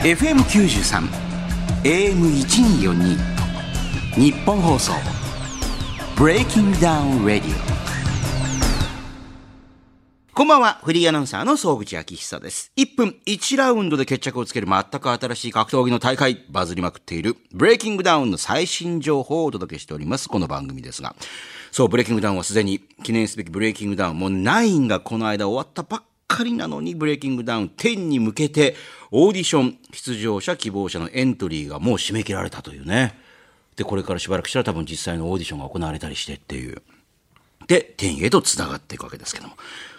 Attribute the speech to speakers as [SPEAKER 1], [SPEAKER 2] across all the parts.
[SPEAKER 1] FM93 AM1242 日本放送ブレイキングダウンレディオこんばんは、フリーアナウンサーの総口昭久です。1分1ラウンドで決着をつける全く新しい格闘技の大会、バズりまくっている、ブレイキングダウンの最新情報をお届けしております、この番組ですが。そう、ブレイキングダウンはすでに、記念すべきブレイキングダウン、もう9がこの間終わったばっかりばっかりなのにブレイキングダウン10に向けてオーディション出場者希望者のエントリーがもう締め切られたというねでこれからしばらくしたら多分実際のオーディションが行われたりしてっていうで天へとつながっていくわけですけども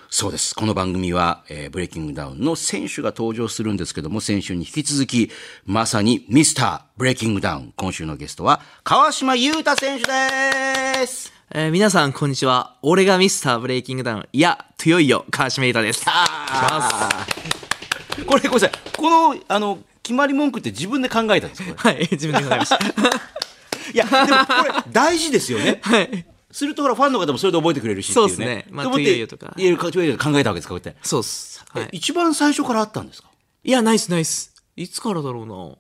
[SPEAKER 1] そうですこの番組は、えーブレイキングダウンの選手が登場するんですけども先週に引き続きまさにミスターブレイキングダウン今週のゲストは川島優太選手です
[SPEAKER 2] えー皆さん、こんにちは。俺がミスターブレイキングダウン。いや、トゥヨイヨ、川島優太です。
[SPEAKER 1] これごめんなさいこのあの決まり文句って自分で考えたんですこれ
[SPEAKER 2] はい、自分でございました。
[SPEAKER 1] いや、でもこれ大事ですよね。
[SPEAKER 2] はい。
[SPEAKER 1] するとほら、ファンの方もそれで覚えてくれるしっていね。
[SPEAKER 2] そうですねまあ
[SPEAKER 1] と思っ
[SPEAKER 2] To
[SPEAKER 1] て
[SPEAKER 2] you とか
[SPEAKER 1] いや、考えたわけですか、こうやって。
[SPEAKER 2] そうっす。は
[SPEAKER 1] え
[SPEAKER 2] い。
[SPEAKER 1] 一番最初からあったんですか
[SPEAKER 2] いや、ナイスナイス。いつからだろうな。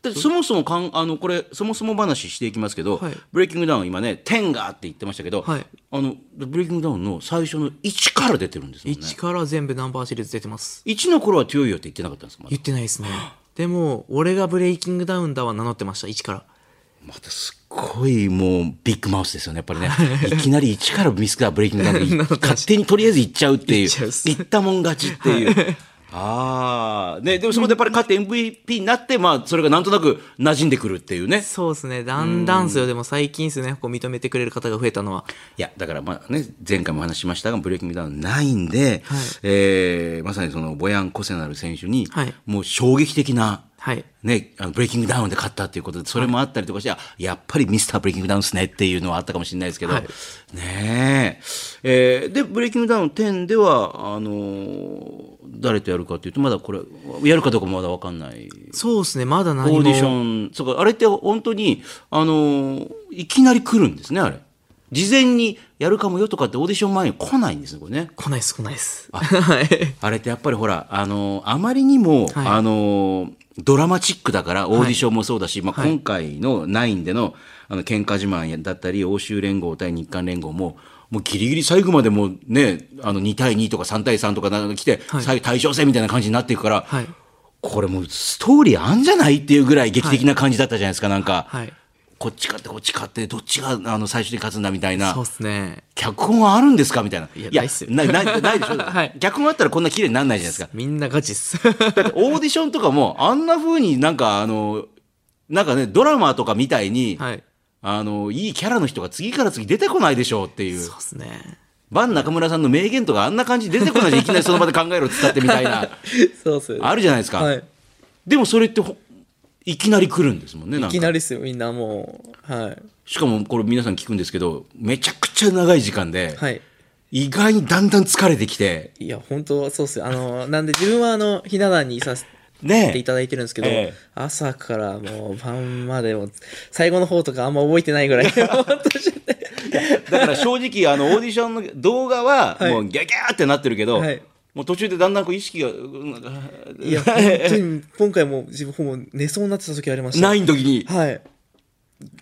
[SPEAKER 1] だってそもそもかん、あの、これ、そもそも話していきますけど、
[SPEAKER 2] はい
[SPEAKER 1] ブレイキングダウン今ね、10がって言ってましたけど、
[SPEAKER 2] はい
[SPEAKER 1] あの、ブレイキングダウンの最初の1から出てるんですもんね。
[SPEAKER 2] 1から全部ナンバーシリーズ出てます。
[SPEAKER 1] 1の頃は強いよって言ってなかったんですかまだ
[SPEAKER 2] 言ってないですね。でも、俺がブレイキングダウンだは名乗ってました、1から。
[SPEAKER 1] またすっごいもうビッグマウスですよね、やっぱりね。いきなり1からミスがブレイキングダウンで 勝手にとりあえず行っちゃうっていう
[SPEAKER 2] 行っちゃうっ。す
[SPEAKER 1] 行ったもん勝ちっていう。ああ、ね、でもそこでやっぱり勝って MVP になって、まあ、それがなんとなく馴染んでくるっていうね。
[SPEAKER 2] そうですね。だんだんっすよ。でも最近ですね、こう認めてくれる方が増えたのは。
[SPEAKER 1] いや、だからまあね、前回もお話ししましたが、ブレイキングダウンないんで、えーまさにそのボヤン・コセナル選手に、
[SPEAKER 2] はい
[SPEAKER 1] もう衝撃的な、
[SPEAKER 2] はい。
[SPEAKER 1] ね、あのブレイキングダウンで勝ったっていうことで、それもあったりとかして、あやっぱりミスターブレイキングダウンですねっていうのはあったかもしれないですけど、
[SPEAKER 2] はい
[SPEAKER 1] ねええーで、ブレイキングダウン10では、あのー誰とやるかっていうと、まだこれ、やるかどうかもまだ分かんない。
[SPEAKER 2] そうですね、まだ何も。
[SPEAKER 1] オーディション、そうか、あれって本当に、あのーいきなり来るんですね、あれ。事前にやるかもよとかってオーディション前に来ないんですね、これね。
[SPEAKER 2] 来ないっす、来ないっす。 はい。
[SPEAKER 1] あれってやっぱりほら、あの、あまりにも、
[SPEAKER 2] はい
[SPEAKER 1] あの、ドラマチックだから、オーディションもそうだし、まあ、
[SPEAKER 2] はい
[SPEAKER 1] 今回の9での、あの、喧嘩自慢だったり、欧州連合対日韓連合も、もうギリギリ最後までもうね、あの、2対2とか3対3とかなんか来て、
[SPEAKER 2] はい
[SPEAKER 1] 最対称戦みたいな感じになっていくから、
[SPEAKER 2] はい。
[SPEAKER 1] これもうストーリーあんじゃないっていうぐらい劇的な感じだったじゃないですか、なんか、
[SPEAKER 2] はい。
[SPEAKER 1] こっち勝ってこっち勝って、どっちが、あの、最終的に勝つんだみたいな
[SPEAKER 2] そうっ。すね。
[SPEAKER 1] 脚本はあるんですかみたいな。い
[SPEAKER 2] やないっすよ
[SPEAKER 1] なないないでしょ、
[SPEAKER 2] はい
[SPEAKER 1] 脚本あったらこんな綺麗にならないじゃないですか。
[SPEAKER 2] みんなガチっす。
[SPEAKER 1] だってオーディションとかもあんな風になんかあのなんかねドラマとかみたいに、
[SPEAKER 2] はい。
[SPEAKER 1] あのいいキャラの人が次から次出てこないでしょうっていう
[SPEAKER 2] そうっすね。
[SPEAKER 1] バン中村さんの名言とかあんな感じで出てこないでいきなりその場で考えろっつったってみたいな
[SPEAKER 2] そうっすよ
[SPEAKER 1] あるじゃないですか、
[SPEAKER 2] はい。
[SPEAKER 1] でもそれってほいきなり来るんですもんねなん
[SPEAKER 2] い
[SPEAKER 1] か
[SPEAKER 2] きなりっすよ、みんなもう。はい。
[SPEAKER 1] しかもこれ皆さん聞くんですけどめちゃくちゃ長い時間で、
[SPEAKER 2] はい。
[SPEAKER 1] 意外にだんだん疲れてきて
[SPEAKER 2] いや、本当はそうっすよ。あの、なんで自分はあの、ひな壇にいさせ
[SPEAKER 1] ね
[SPEAKER 2] ていただいてるんですけど、
[SPEAKER 1] ええ
[SPEAKER 2] 朝からもう晩までも、最後の方とかあんま覚えてない ぐらい。本当ちょっと
[SPEAKER 1] だから正直あのオーディションの動画は
[SPEAKER 2] はい
[SPEAKER 1] もうギャギャーってなってるけど、
[SPEAKER 2] はい
[SPEAKER 1] もう途中でだんだんこう意識がうんなんか
[SPEAKER 2] いや、本当に今回も自分ほぼ寝そうになってた時ありました。
[SPEAKER 1] ない時に
[SPEAKER 2] はい。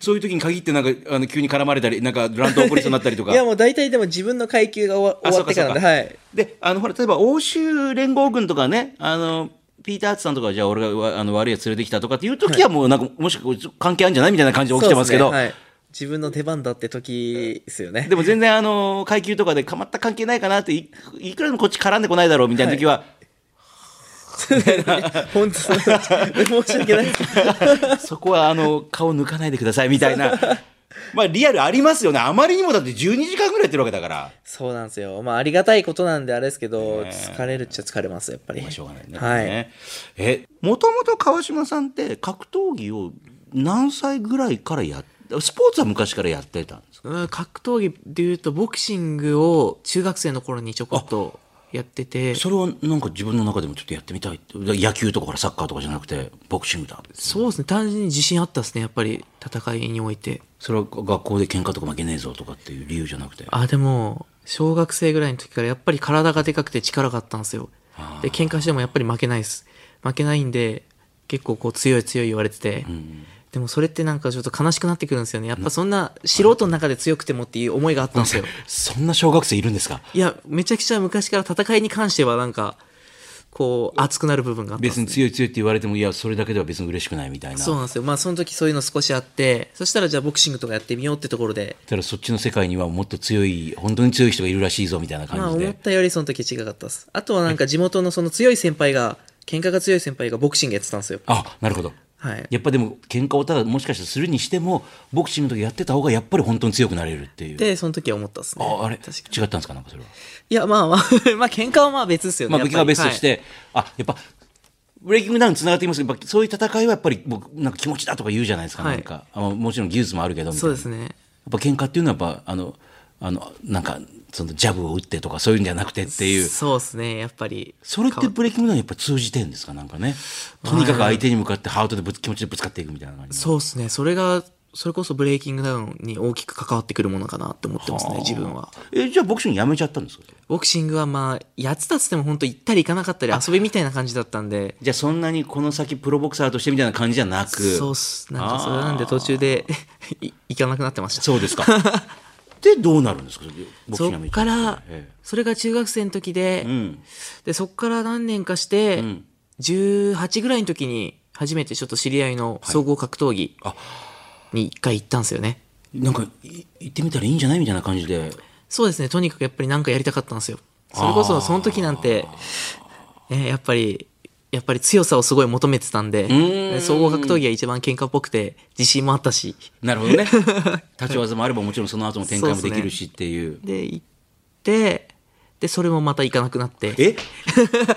[SPEAKER 1] そういう時に限ってなんかあの急に絡まれたりなんか乱闘起こりそうになったりとか
[SPEAKER 2] いや、もう大体でも自分の階級が終わ
[SPEAKER 1] あ
[SPEAKER 2] 終わってからなんで、はい。
[SPEAKER 1] であのほら例えば欧州連合軍とかねあのピーター・アーツさんとかじゃあ俺がわあの悪いやつ連れてきたとかっていう時はもうなんか、もしくは関係あるんじゃないみたいな感じで起きてますけど
[SPEAKER 2] そうっねはい。自分の出番だって時です よね。
[SPEAKER 1] でも全然あの階級とかでかまった関係ないかなっていいくらでもこっち絡んでこないだろうみたいな時は、
[SPEAKER 2] 本当 そう申し訳ないで す。
[SPEAKER 1] そこはあの顔抜かないでくださいみた いな。まあリアルありますよね。あまりにもだって12時間ぐらいやってるわけだから。
[SPEAKER 2] そうなんですよ。まあ、ありがたいことなんであれですけど、
[SPEAKER 1] ねえ
[SPEAKER 2] 疲れるっちゃ疲れます、やっぱり。
[SPEAKER 1] しょうがないね。
[SPEAKER 2] はい。
[SPEAKER 1] い。え、もともと川島さんって格闘技を何歳ぐらいからやっスポーツは昔からやってたんですか
[SPEAKER 2] うん格闘技でいうと、ボクシングを中学生の頃にちょこっとやってて、
[SPEAKER 1] それはなんか自分の中でもちょっとやってみたいって野球とかほらサッカーとかじゃなくてボクシングだ
[SPEAKER 2] そうですね、単純に自信あったですね、やっぱり戦いにおいて。
[SPEAKER 1] それは学校で喧嘩とか負けねえぞとかっていう理由じゃなくて
[SPEAKER 2] あ、でも、小学生ぐらいの時からやっぱり体がでかくて力があったんですよ
[SPEAKER 1] あ。
[SPEAKER 2] で、喧嘩してもやっぱり負けないです。負けないんで、結構こう強い強い言われてて、でもそれってなんかちょっと悲しくなってくるんですよねやっぱそんな素人の中で強くてもっていう思いがあったんですよ
[SPEAKER 1] そんな小学生いるんですか
[SPEAKER 2] いやめちゃくちゃ昔から戦いに関してはなんかこう熱くなる部分があったんです
[SPEAKER 1] 別に強い強いって言われても、いや、それだけでは別に嬉しくないみたいな。
[SPEAKER 2] そうなんですよまあその時そういうの少しあってそしたらじゃあボクシングとかやってみようってところで
[SPEAKER 1] ただそっちの世界にはもっと強い、本当に強い人がいるらしいぞみたいな
[SPEAKER 2] まあ
[SPEAKER 1] 感じ
[SPEAKER 2] 思
[SPEAKER 1] で。
[SPEAKER 2] ったよりその時違かったですあとはなんか地元のその強い先輩が喧嘩が強い先輩がボクシングやってたんですよ
[SPEAKER 1] あなるほど。
[SPEAKER 2] はい
[SPEAKER 1] やっぱでも、喧嘩をただもしかしたらするにしても、ボクシングの時やってた方がやっぱり本当に強くなれるっていう。
[SPEAKER 2] でその時は思ったですね
[SPEAKER 1] ああれ違
[SPEAKER 2] 確か
[SPEAKER 1] ったんですかなんかそれは。
[SPEAKER 2] いやまあま あまあ喧嘩はまあ別ですよね
[SPEAKER 1] まあ、
[SPEAKER 2] やっ
[SPEAKER 1] 武器
[SPEAKER 2] ぱり
[SPEAKER 1] は別として、あやっぱ、ブレイキングダウンつながっていますけど、やっぱそういう戦いはやっぱり僕、なんか気持ちだとか言うじゃないですか、
[SPEAKER 2] はい
[SPEAKER 1] なんかあの、もちろん技術もあるけどみ
[SPEAKER 2] はい
[SPEAKER 1] たい
[SPEAKER 2] そう
[SPEAKER 1] な、
[SPEAKER 2] ですね
[SPEAKER 1] やっぱ喧嘩っていうのはやっぱ、あの、あのなんか、そのジャブを打ってとか、そういうんじゃなくてっていう、
[SPEAKER 2] そうですねやっぱり
[SPEAKER 1] それってブレイキングダウン、やっぱ通じてんですか、なんかね、とにかく相手に向かって、ハートでぶつ気持ちでぶつかっていくみたいな感じ。
[SPEAKER 2] そうですねそれがそれこそブレイキングダウンに大きく関わってくるものかなって思ってますね自分は
[SPEAKER 1] えじゃあボクシングやめちゃったんですか
[SPEAKER 2] ボクシングはまあやってたっつっても本当行ったり行かなかったり遊びみたいな感じだったんで
[SPEAKER 1] じゃあそんなにこの先プロボクサーとしてみたいな感じじゃなく
[SPEAKER 2] そうっすなんかそれなんで途中でい行かなくなってました
[SPEAKER 1] そうですか でどうなるんですかボクシ
[SPEAKER 2] そ
[SPEAKER 1] ングや
[SPEAKER 2] っ
[SPEAKER 1] めちゃ
[SPEAKER 2] か
[SPEAKER 1] って
[SPEAKER 2] ら
[SPEAKER 1] え
[SPEAKER 2] それが中学生の時で、
[SPEAKER 1] えうん
[SPEAKER 2] でそっから何年かして、18ぐらいの時に初めてちょっと知り合いの総合格闘技に一回行ったんですよね、
[SPEAKER 1] なんかい行ってみたらいいんじゃないみたいな感じで
[SPEAKER 2] そうですねとにかくやっぱり何かやりたかったんですよそれこそその時なんて、えーやっぱりやっぱり強さをすごい求めてたんで
[SPEAKER 1] ーん
[SPEAKER 2] 総合格闘技が一番喧嘩っぽくて自信もあったし
[SPEAKER 1] なるほど ね立ち技もあればもちろんその後の展開もできるしっていう
[SPEAKER 2] で行ってでそれもまた行かなくなって
[SPEAKER 1] え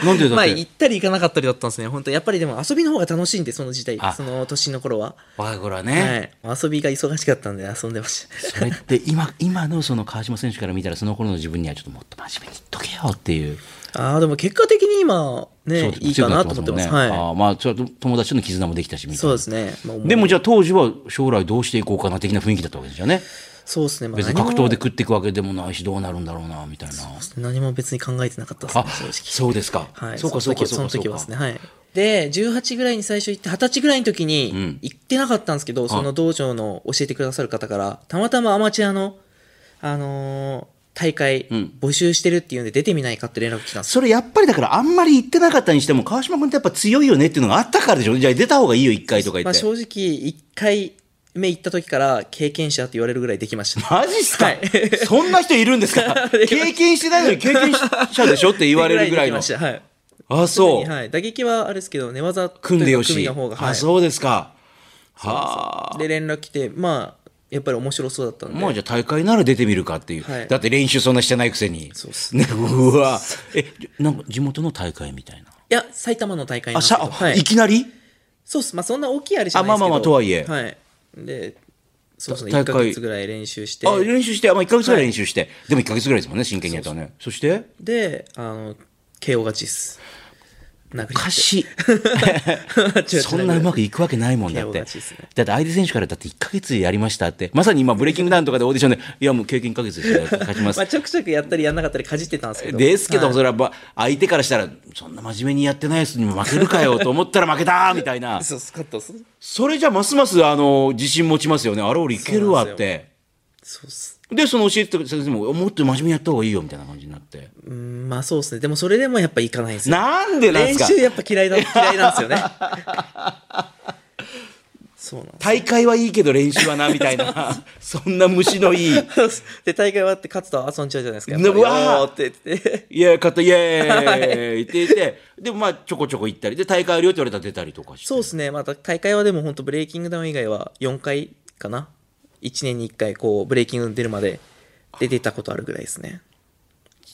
[SPEAKER 1] なんでだ って、
[SPEAKER 2] まあ行ったり行かなかったりだったんですね本当やっぱりでも遊びの方が楽しいんでその時代
[SPEAKER 1] あ
[SPEAKER 2] その年の頃は、
[SPEAKER 1] 我が子らは
[SPEAKER 2] は
[SPEAKER 1] ね、
[SPEAKER 2] い、遊びが忙しかったんで遊んでまし
[SPEAKER 1] それって今今のその川島選手から見たらその頃の自分にはちょっともっと真面目にいっとけよっていう
[SPEAKER 2] たああでも結果的に今ねいいかなと思ってます
[SPEAKER 1] 強くな
[SPEAKER 2] は
[SPEAKER 1] って
[SPEAKER 2] い
[SPEAKER 1] もんねあーまあちょっと友達との絆もできたしみたい
[SPEAKER 2] そう
[SPEAKER 1] な
[SPEAKER 2] ですね、まあ
[SPEAKER 1] でもじゃあ当時は将来どうしていこうかな的な雰囲気だったわけですよね
[SPEAKER 2] そうですね、まあ、
[SPEAKER 1] 別に格闘で
[SPEAKER 2] 何も
[SPEAKER 1] 食っていくわけでもないしどうなるんだろうなみたいな
[SPEAKER 2] 何も別に考えてなかったですね
[SPEAKER 1] あ
[SPEAKER 2] 正直
[SPEAKER 1] そうですか、
[SPEAKER 2] はい、
[SPEAKER 1] そうかそうかそうか
[SPEAKER 2] その時はで
[SPEAKER 1] そう
[SPEAKER 2] す
[SPEAKER 1] か
[SPEAKER 2] ね。はい。で、18ぐらいに最初行って、20歳ぐらいの時
[SPEAKER 1] ん
[SPEAKER 2] に行ってなかったんですけど、その道場の教えてくださる方から、たまたまアマチュアの、あのー大会
[SPEAKER 1] ん
[SPEAKER 2] 募集してるっていうんで出てみないかって連絡来たんです
[SPEAKER 1] そ
[SPEAKER 2] よ。
[SPEAKER 1] れやっぱりだからあんまり言ってなかったにしても川島君ってやっぱ強いよねっていうのがあったからでしょじゃあ出た方がいいよ1回とか言
[SPEAKER 2] まあ
[SPEAKER 1] って、
[SPEAKER 2] 正直、1回目行った時から経験者って言われるぐらいできました。
[SPEAKER 1] マジっすか、
[SPEAKER 2] はい
[SPEAKER 1] そんな人いるんです か経験してないのに経験者でしょって言われるぐらいの
[SPEAKER 2] できました はい。
[SPEAKER 1] あそう、
[SPEAKER 2] はい。打撃はあれですけど、寝技というか
[SPEAKER 1] 組んでよし
[SPEAKER 2] 組の方が、はい
[SPEAKER 1] あそうですかはあ
[SPEAKER 2] で、連絡来て、まあ、やっぱり面白そうだったんで。
[SPEAKER 1] まあじゃあ大会なら出てみるかっていう、
[SPEAKER 2] はい
[SPEAKER 1] だって練習そんなしてないくせに
[SPEAKER 2] そうっす
[SPEAKER 1] ね、 うわえなんか地元の大会みたいない
[SPEAKER 2] や、埼玉の大会なん
[SPEAKER 1] あ
[SPEAKER 2] ですけ
[SPEAKER 1] さ
[SPEAKER 2] ど
[SPEAKER 1] あ、
[SPEAKER 2] はい
[SPEAKER 1] い、きなり
[SPEAKER 2] そうっす。まあそんな大きいあれじゃない
[SPEAKER 1] あ
[SPEAKER 2] ですけど。
[SPEAKER 1] まあまあまあとはいえ
[SPEAKER 2] はい。で、そうですね。
[SPEAKER 1] 大
[SPEAKER 2] 1
[SPEAKER 1] 会
[SPEAKER 2] ヶ月ぐらい練習して。
[SPEAKER 1] あ練習して、まあ、1か月ぐらい練習して、でも1か月ぐらいですもんね真剣にやったらねそして
[SPEAKER 2] で、あの、KO 勝ちっす。殴り
[SPEAKER 1] おかしい
[SPEAKER 2] 違 う
[SPEAKER 1] そんなうまくいくわけないもんだっ
[SPEAKER 2] い
[SPEAKER 1] て、
[SPEAKER 2] やおかしいっすね
[SPEAKER 1] だって相手選手からだって1か月やりましたってまさに今ブレイキングダウンとかでオーデ ィションでいやもう経験1か月ですよ勝ちま す
[SPEAKER 2] まあちょくちょくやったりやんなかったりかじってたんですけど。
[SPEAKER 1] ですけど、
[SPEAKER 2] はい
[SPEAKER 1] それはば相手からしたらそんな真面目にやってないやつにも負けるかよと思ったら負けたみたい な
[SPEAKER 2] そうっす、勝ったっす。
[SPEAKER 1] それじゃますますあの自信持ちますよねあれ俺いけるわって
[SPEAKER 2] そうっす。
[SPEAKER 1] でその教えてた先生ももっと真面目にやった方がいいよみたいな感じになって
[SPEAKER 2] うん、まあそうっすね。でもそれでもやっぱ行かないんですよ。
[SPEAKER 1] なんでなんで
[SPEAKER 2] 練
[SPEAKER 1] すか
[SPEAKER 2] 習やっぱ嫌いだ、嫌いなんですよね。 そうなん
[SPEAKER 1] 大会はいいけど練習はなみたいな そんな虫のいい
[SPEAKER 2] です。で、大会終わって勝つと遊んじゃうじゃないですか。やっぱり
[SPEAKER 1] うわー
[SPEAKER 2] おーって言って。
[SPEAKER 1] イエーイ勝ったイエー イって言ってでもまあちょこちょこ行ったりで大会あるよって言われたら出たりとかして
[SPEAKER 2] そうですね、また大会はでも本当、ブレイキングダウン以外は4回かな、1年に1回、こう、ブレイキングに出るまで、で出たことあるぐらいですね。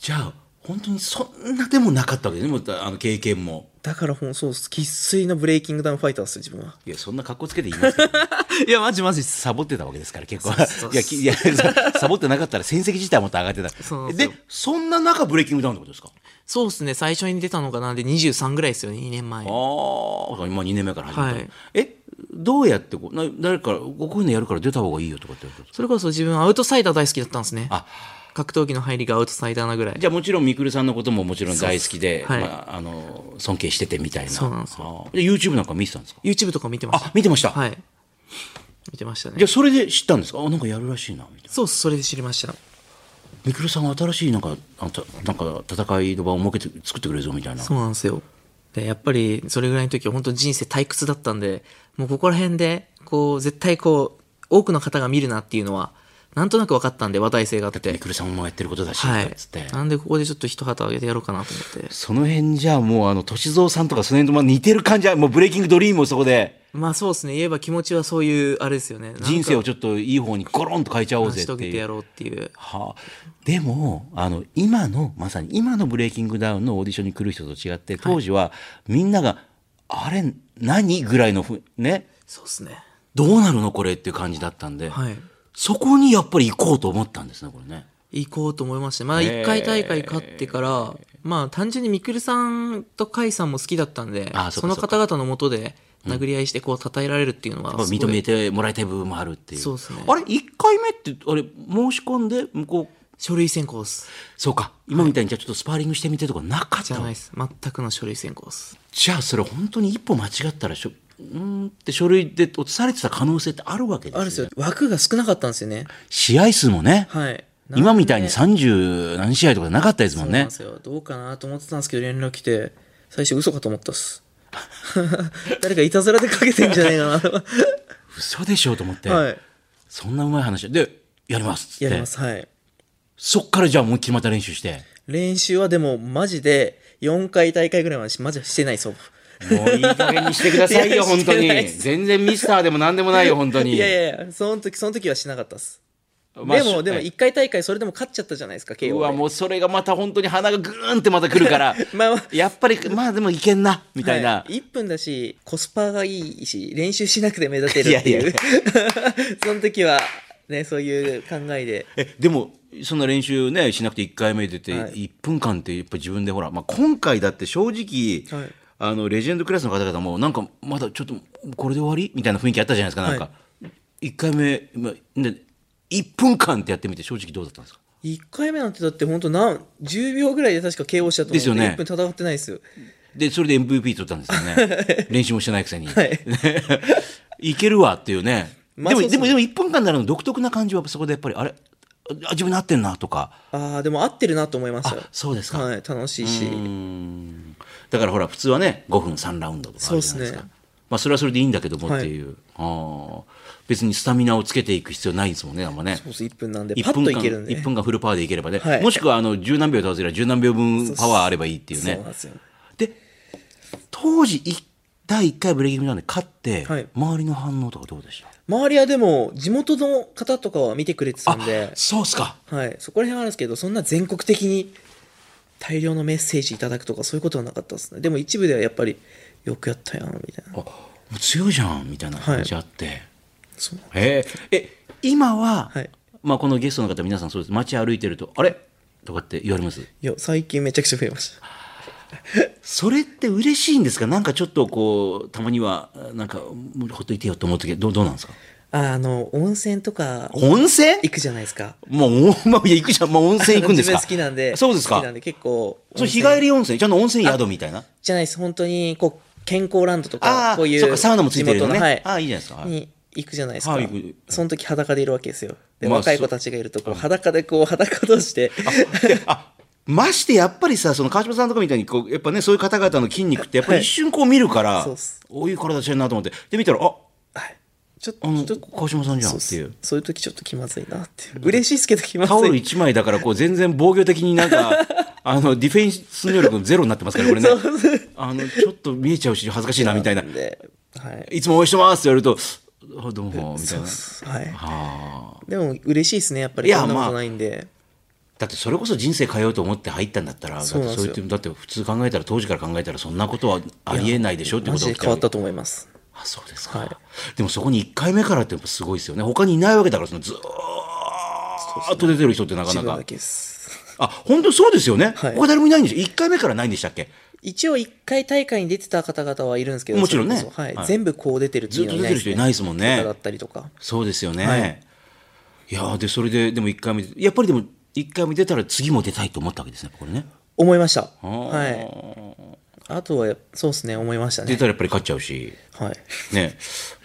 [SPEAKER 1] じゃあ本当にそんなでもなかったわけですねもうあの経験も
[SPEAKER 2] だからほん、そうっす、生粋のブレイキングダウンファイターです、自分は。
[SPEAKER 1] いやそんな格好つけて言いますけど
[SPEAKER 2] いや、マジマジっす。
[SPEAKER 1] サボってたわけですから結構
[SPEAKER 2] そうそうそう
[SPEAKER 1] いやきいや ササボってなかったら戦績自体もっと上がってた
[SPEAKER 2] そうなんです
[SPEAKER 1] で
[SPEAKER 2] よ
[SPEAKER 1] そんな中ブレイキングダウンってことですか
[SPEAKER 2] そうっすね、最初に出たのがなんで23ぐらいですよね、2年前。
[SPEAKER 1] ああ、今2年目から始めた、
[SPEAKER 2] はい
[SPEAKER 1] えどうやってこうな誰かこういうのやるから出た方がいいよとかって言われたんですか
[SPEAKER 2] それこそ自分、アウトサイダー大好きだったんですね。
[SPEAKER 1] あ
[SPEAKER 2] 格闘技の入りがアウトサイダーなぐらい
[SPEAKER 1] じゃあもちろんみくるさんのことももちろん大好きで、
[SPEAKER 2] そうっすはい
[SPEAKER 1] まあ、あの尊敬しててみたいな
[SPEAKER 2] そうなんです
[SPEAKER 1] あーで YouTube なんか見てたんですか
[SPEAKER 2] YouTube とか見てました
[SPEAKER 1] あ見てました、
[SPEAKER 2] はい見てましたね
[SPEAKER 1] じゃあそれで知ったんですかあなんかやるらしいなみたいな
[SPEAKER 2] そうっすそれで知りました
[SPEAKER 1] みくるさんが新しいなんかあたなんか戦いの場を設けて作ってくれるぞみたいな
[SPEAKER 2] そうなんですよでやっぱりそれぐらいの時は本当人生退屈だったんでもうここら辺でこう絶対こう多くの方が見るなっていうのはなんとなく分かったんで話題性があって
[SPEAKER 1] みくるさんもやってることだし、
[SPEAKER 2] はい
[SPEAKER 1] つって
[SPEAKER 2] なんでここでちょっと一旗あげてやろうかなと思って
[SPEAKER 1] その辺じゃあもうあの歳三さんとかその辺とまあ似てる感じはもうブレイキングドリームもそこで
[SPEAKER 2] まあそうですね言えば気持ちはそういうあれですよね
[SPEAKER 1] 人生
[SPEAKER 2] を
[SPEAKER 1] をちょっといい方にゴロンと変えちゃおうぜ
[SPEAKER 2] 成し
[SPEAKER 1] って
[SPEAKER 2] 遂げて
[SPEAKER 1] いう
[SPEAKER 2] やろうっていう
[SPEAKER 1] はあ、でもあの今のまさに今の「ブレイキングダウン」のオーディションに来る人と違って当時はみんなが「あれ何?」ぐらいのふね
[SPEAKER 2] そうですね
[SPEAKER 1] どうなるのこれっていう感じだったんで、
[SPEAKER 2] はい
[SPEAKER 1] そこにやっぱり行こうと思ったんですねこれね。
[SPEAKER 2] 行こうと思いましてまあ1回大会勝ってからまあ単純にみくるさんと甲斐さんも好きだったんで
[SPEAKER 1] あそっか
[SPEAKER 2] その方々のもとで殴り合いしてこう称えられるっていうのは
[SPEAKER 1] やっぱ
[SPEAKER 2] すごい
[SPEAKER 1] 認めてもらいたい部分もあるっていう
[SPEAKER 2] そうですね
[SPEAKER 1] あれ1回目ってあれ申し込んで向こう
[SPEAKER 2] 書類選考っす
[SPEAKER 1] そうか今みたいにじゃあちょっとスパーリングしてみてとかなかっ
[SPEAKER 2] じ
[SPEAKER 1] た
[SPEAKER 2] ゃ
[SPEAKER 1] わ
[SPEAKER 2] ないです全くの書類選考っす
[SPEAKER 1] じゃあそれ本当に一歩間違ったらしょうーんって書類で落とされてた可能性ってあるわけですよね、
[SPEAKER 2] よ枠が少なかったんですよね
[SPEAKER 1] 試合数もね、
[SPEAKER 2] はい
[SPEAKER 1] 今みたいに30何試合とかなかったですもん
[SPEAKER 2] そうなん
[SPEAKER 1] ね
[SPEAKER 2] ですよどうかなと思ってたんですけど連絡来て最初嘘かと思ったっす 誰かいたずらでかけてんじゃねえか なと
[SPEAKER 1] 嘘でしょうと思って、
[SPEAKER 2] はい
[SPEAKER 1] そんなうまい話でやりますっつって
[SPEAKER 2] やりますはい
[SPEAKER 1] そっからじゃあ思いっきりまた練習して
[SPEAKER 2] 練習はでもマジで4回大会ぐらいまでしマジはしてないです僕
[SPEAKER 1] もういい加減にしてください
[SPEAKER 2] い
[SPEAKER 1] よ
[SPEAKER 2] や
[SPEAKER 1] 本当
[SPEAKER 2] して
[SPEAKER 1] に
[SPEAKER 2] ないです
[SPEAKER 1] 全然ミスターでも何でもないよ本当に
[SPEAKER 2] いやいやいやその時その時はしなかったっす、
[SPEAKER 1] まあ
[SPEAKER 2] で
[SPEAKER 1] し
[SPEAKER 2] もでも
[SPEAKER 1] はい
[SPEAKER 2] 1回大会それでも勝っちゃったじゃないですか KO で
[SPEAKER 1] うわもうそれがまた本当に鼻がグーンってまた来るから
[SPEAKER 2] まあまあ
[SPEAKER 1] やっぱりまあでもいけんなみたいな、
[SPEAKER 2] はい、1分だしコスパがいいし練習しなくて目立てるっていう
[SPEAKER 1] いやい
[SPEAKER 2] その時はねそういう考えで
[SPEAKER 1] えでもそんな練習ねしなくて1回目出て
[SPEAKER 2] はい
[SPEAKER 1] 1分間ってやっぱ自分でほら、まあ、今回だって正直、
[SPEAKER 2] はい
[SPEAKER 1] あのレジェンドクラスの方々もなんかまだちょっとこれで終わりみたいな雰囲気あったじゃないですかなんか、1回目、まあね、1分間ってやってみて正直どうだったんですか
[SPEAKER 2] 1回目なんてだって本当なん10秒ぐらいで確か KO したと思うん
[SPEAKER 1] ですよね
[SPEAKER 2] 1分戦ってないですよ
[SPEAKER 1] でそれで MVP 取ったんですよ ね練習もしてないくせに、
[SPEAKER 2] い
[SPEAKER 1] いけるわっていうね、
[SPEAKER 2] まあ
[SPEAKER 1] でも
[SPEAKER 2] そう
[SPEAKER 1] で
[SPEAKER 2] そう
[SPEAKER 1] もでも1分間になるの独特な感じはそこでやっぱりあれあ自分に合ってんなとか
[SPEAKER 2] ああでも合ってるなと思いました
[SPEAKER 1] あそうですか
[SPEAKER 2] はい楽しいし
[SPEAKER 1] だからほら普通はね5分3ラウンドとかあるじゃないです
[SPEAKER 2] そう
[SPEAKER 1] か
[SPEAKER 2] っすね
[SPEAKER 1] まあ、それはそれでいいんだけどもっていう、ああ別にスタミナをつけていく必要ないんですもんねあんまね
[SPEAKER 2] そうっす1分なんで
[SPEAKER 1] 1
[SPEAKER 2] パッ
[SPEAKER 1] 分
[SPEAKER 2] と
[SPEAKER 1] 間
[SPEAKER 2] いけるんで
[SPEAKER 1] 一分間フルパワーでいければね、
[SPEAKER 2] はい
[SPEAKER 1] もしくはあの十何秒で倒せれば十何秒分パワーあればいいっていう
[SPEAKER 2] そう
[SPEAKER 1] ね
[SPEAKER 2] なんですよ
[SPEAKER 1] で当時一第1回ブレイキングダウンで勝って、
[SPEAKER 2] はい
[SPEAKER 1] 周りの反応とかどうでした
[SPEAKER 2] 周りはでも地元の方とかは見てくれてたんで
[SPEAKER 1] そうっすか
[SPEAKER 2] はい、そこら辺はあるんですけど、そんな全国的に大量のメッセージいただくとか、そういうことはなかったですね。でも一部ではやっぱり、よくやったやん、みたいな。
[SPEAKER 1] あもう強いじゃんみたいな感じあって、
[SPEAKER 2] そう
[SPEAKER 1] へええ今は、
[SPEAKER 2] はい
[SPEAKER 1] まあ、このゲストの方皆さんそうです街歩いてると「あれ?」とかって言われます
[SPEAKER 2] いや、最近めちゃくちゃ増えました。
[SPEAKER 1] それって嬉しいんですかなんかちょっとこうたまにはなんかもうほっといてよと思う時はどうどうなんですか
[SPEAKER 2] ああの、温泉とか
[SPEAKER 1] 温泉
[SPEAKER 2] 行くじゃないですか。
[SPEAKER 1] もうおまあいや行くじゃん、まあ、温泉行くんですか
[SPEAKER 2] 自分好きなんで、
[SPEAKER 1] そうです
[SPEAKER 2] 好
[SPEAKER 1] か
[SPEAKER 2] きなんで結構、
[SPEAKER 1] そう日
[SPEAKER 2] 温
[SPEAKER 1] 帰
[SPEAKER 2] 泉
[SPEAKER 1] り温泉ちゃんと温泉宿みたいな
[SPEAKER 2] じゃないです。本当に、こう、健康ランドと
[SPEAKER 1] あ
[SPEAKER 2] か、
[SPEAKER 1] あ
[SPEAKER 2] こうい
[SPEAKER 1] そう
[SPEAKER 2] う、
[SPEAKER 1] かサウナもついてるよね
[SPEAKER 2] 地元のはい。
[SPEAKER 1] ああいいじゃないですかはい
[SPEAKER 2] に行くじゃないですか。
[SPEAKER 1] はい行く
[SPEAKER 2] その時裸でいるわけですよ。で、
[SPEAKER 1] まあ
[SPEAKER 2] 若い子たちがいると、こう、裸でこう、裸として、
[SPEAKER 1] であましてやっぱりさその川島さんとかみたいにこうやっぱねそういう方々の筋肉ってやっぱり一瞬こう見るから、
[SPEAKER 2] そうっす
[SPEAKER 1] おいう体してるなと思ってで見たらあ
[SPEAKER 2] はい。ちょっ
[SPEAKER 1] あの
[SPEAKER 2] と、ちょっと
[SPEAKER 1] 川島さんじゃん
[SPEAKER 2] そう
[SPEAKER 1] っていう
[SPEAKER 2] そういう時ちょっと気まずいなっていう嬉しいですけど気まず
[SPEAKER 1] タオル
[SPEAKER 2] い
[SPEAKER 1] 1枚だからこう全然防御的になんかあのディフェンス能力ゼロになってますからこれねあのちょっと見えちゃうし恥ずかしいなみたいなん
[SPEAKER 2] で、はい、
[SPEAKER 1] いつも応援してますって言われるとあどうもみた
[SPEAKER 2] そ
[SPEAKER 1] いうな
[SPEAKER 2] っすはい
[SPEAKER 1] あー
[SPEAKER 2] でも嬉しいですねやっぱ
[SPEAKER 1] い
[SPEAKER 2] り
[SPEAKER 1] や
[SPEAKER 2] こんなこ
[SPEAKER 1] まあ
[SPEAKER 2] とないんで、
[SPEAKER 1] だってそれこそ人生変えようと思って入ったんだったらだって
[SPEAKER 2] そうなんですよ
[SPEAKER 1] そう言ってだって普通考えたら当時から考えたらそんなことはありえないでしょって
[SPEAKER 2] マ
[SPEAKER 1] ことが
[SPEAKER 2] ジで
[SPEAKER 1] 起きち
[SPEAKER 2] 変
[SPEAKER 1] ゃ
[SPEAKER 2] わ
[SPEAKER 1] う
[SPEAKER 2] ったと思います
[SPEAKER 1] あそうですか、
[SPEAKER 2] はい
[SPEAKER 1] でもそこに1回目からってやっぱすごいですよね他にいないわけだからそのずーっと出てる人ってなか
[SPEAKER 2] 自
[SPEAKER 1] な
[SPEAKER 2] 分
[SPEAKER 1] か
[SPEAKER 2] だけです
[SPEAKER 1] あ本当そうですよね、
[SPEAKER 2] はい
[SPEAKER 1] 他誰もいないんでしょ1回目からないんでしたっけ
[SPEAKER 2] 一応一回大会に出てた方々はいるんですけど
[SPEAKER 1] もちろんね
[SPEAKER 2] それこそはい
[SPEAKER 1] はい
[SPEAKER 2] 全部こう出てるっていうの
[SPEAKER 1] ずっ
[SPEAKER 2] は
[SPEAKER 1] と出てる人いないですもんね
[SPEAKER 2] とかだったりとか
[SPEAKER 1] そうですよね、、
[SPEAKER 2] はい
[SPEAKER 1] やーでそれででも1回目でやっぱりでも一回も出たら次も出たいと思ったわけですね、これね。
[SPEAKER 2] 思いました。
[SPEAKER 1] あー
[SPEAKER 2] はい。あとは、そうですね、思いました
[SPEAKER 1] 出
[SPEAKER 2] ね。
[SPEAKER 1] たらやっぱり勝っちゃうし、
[SPEAKER 2] はい。
[SPEAKER 1] ね、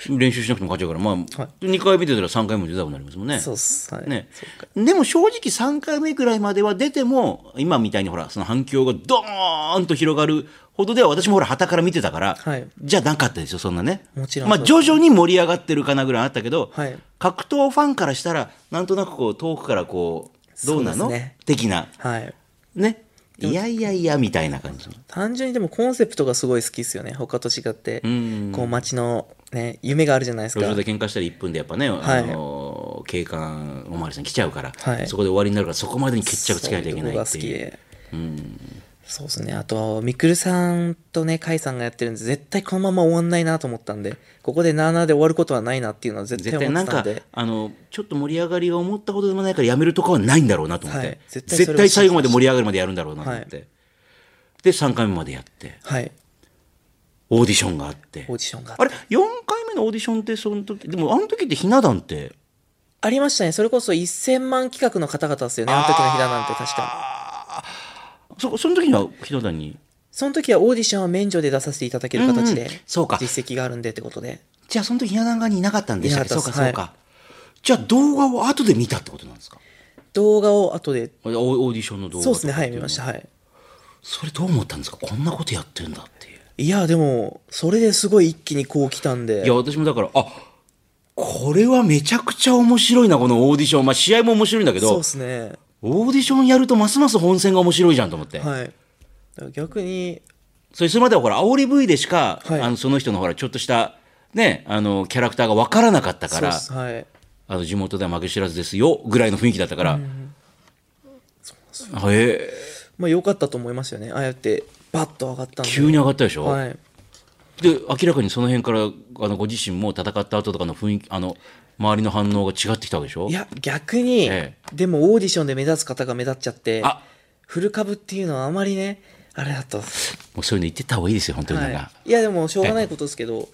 [SPEAKER 1] 練習しなくても勝っちゃうから、まあ、二2回目出たら3回も出たくなりますもんね。
[SPEAKER 2] そうっす。はい。
[SPEAKER 1] ね、でも正直3回目ぐらいまでは出ても今みたいにほらその反響がドーンと広がるほどでは私もほら傍から見てたから、
[SPEAKER 2] はい
[SPEAKER 1] じゃなかったですよそんなね
[SPEAKER 2] もちろん
[SPEAKER 1] まあ、
[SPEAKER 2] そう
[SPEAKER 1] 徐々に盛り上がってるかなぐらいあったけど、
[SPEAKER 2] はい
[SPEAKER 1] 格闘ファンからしたらなんとなくこう遠くからこうどうな
[SPEAKER 2] そ
[SPEAKER 1] の
[SPEAKER 2] うですね
[SPEAKER 1] 的な
[SPEAKER 2] はい。
[SPEAKER 1] ねいやいやいやみたいな感じ
[SPEAKER 2] 単純にでもコンセプトがすごい好きですよね。他と違って。
[SPEAKER 1] ん
[SPEAKER 2] こう街のね、夢があるじゃないです
[SPEAKER 1] 路
[SPEAKER 2] か。
[SPEAKER 1] 上で喧嘩したら1分でやっぱね、あの警官お巡りさん来ちゃうから、
[SPEAKER 2] はい
[SPEAKER 1] そこで終わりになるからそこまでに決着つけないといけない
[SPEAKER 2] そううとこが
[SPEAKER 1] って
[SPEAKER 2] 好
[SPEAKER 1] いう
[SPEAKER 2] きで。そうですね。あと、みくるさんとね、かいさんがやってるんで、絶対このまま終わんないなと思ったんで、ここでなあなあで終わることはないなっていうのは絶対
[SPEAKER 1] 絶対
[SPEAKER 2] 思
[SPEAKER 1] な
[SPEAKER 2] っ
[SPEAKER 1] ん
[SPEAKER 2] てたん
[SPEAKER 1] か
[SPEAKER 2] で。
[SPEAKER 1] あのちょっと盛り上がりが思ったほどでもないからやめるとかはないんだろうなと思って、
[SPEAKER 2] はい
[SPEAKER 1] 絶
[SPEAKER 2] 絶
[SPEAKER 1] 対
[SPEAKER 2] 対そ
[SPEAKER 1] 最
[SPEAKER 2] れを
[SPEAKER 1] 後まで盛り上がるまでやるんだろうなと思って、で3回目までやって
[SPEAKER 2] はい。
[SPEAKER 1] オーディションがあって
[SPEAKER 2] オーディションがあって
[SPEAKER 1] あれ4回目のオーディションってその時でもあの時ってひな壇って
[SPEAKER 2] ありましたね。それこそ1000万企画の方々ですよね。あの時のひだなんて確か。
[SPEAKER 1] そその時にはひな壇に
[SPEAKER 2] その時はオーディションは免除で出させていただける形で、
[SPEAKER 1] うんうんそうか
[SPEAKER 2] 実績があるんでってことで。
[SPEAKER 1] じゃあその時ひな壇側にいなかったんでしたっけ
[SPEAKER 2] いな
[SPEAKER 1] そ
[SPEAKER 2] か
[SPEAKER 1] う
[SPEAKER 2] った
[SPEAKER 1] か
[SPEAKER 2] です
[SPEAKER 1] そうか、じゃあ動画を後で見たってことなんですか
[SPEAKER 2] 動画を後で、
[SPEAKER 1] オーオーディションの動画
[SPEAKER 2] そう
[SPEAKER 1] とか
[SPEAKER 2] ですね。はい、見ました。はい。
[SPEAKER 1] それどう思ったんですかこんなことやってんだっていう
[SPEAKER 2] いや、でも、それですごい一気にこう来たんで。
[SPEAKER 1] いや、私もだから、あこれはめちゃくちゃ面白いな、このオーディション。まあ、試合も面白いんだけ
[SPEAKER 2] そう
[SPEAKER 1] ど
[SPEAKER 2] で、すね。
[SPEAKER 1] オーディションやるとますます本戦が面白いじゃんと思って。
[SPEAKER 2] はい。だから逆に、
[SPEAKER 1] それそれまではほら、煽り V でしか、
[SPEAKER 2] はい
[SPEAKER 1] あのその人のほら、ちょっとした、ね、あの、キャラクターが分からなかったか
[SPEAKER 2] そう
[SPEAKER 1] ら、
[SPEAKER 2] っす。はい。
[SPEAKER 1] あの地元では負け知らずですよ、ぐらいの雰囲気だったから。あえー
[SPEAKER 2] まあ良かったと思いますよね。ああやって、バッと上がったんで。
[SPEAKER 1] 急に上がったでしょ、
[SPEAKER 2] はい。
[SPEAKER 1] で、明らかにその辺から、あのご自身も戦った後とかの雰囲気、あの、周りの反応が違ってきたわけでしょ
[SPEAKER 2] いや、逆に、
[SPEAKER 1] え
[SPEAKER 2] でもオーディションで目立つ方が目立っちゃって
[SPEAKER 1] あ、
[SPEAKER 2] フル株っていうのはあまりね、あれだと。
[SPEAKER 1] もうそういうの言ってった方がいいですよ、本当になんか。
[SPEAKER 2] はい、いやでもしょうがないことですけど、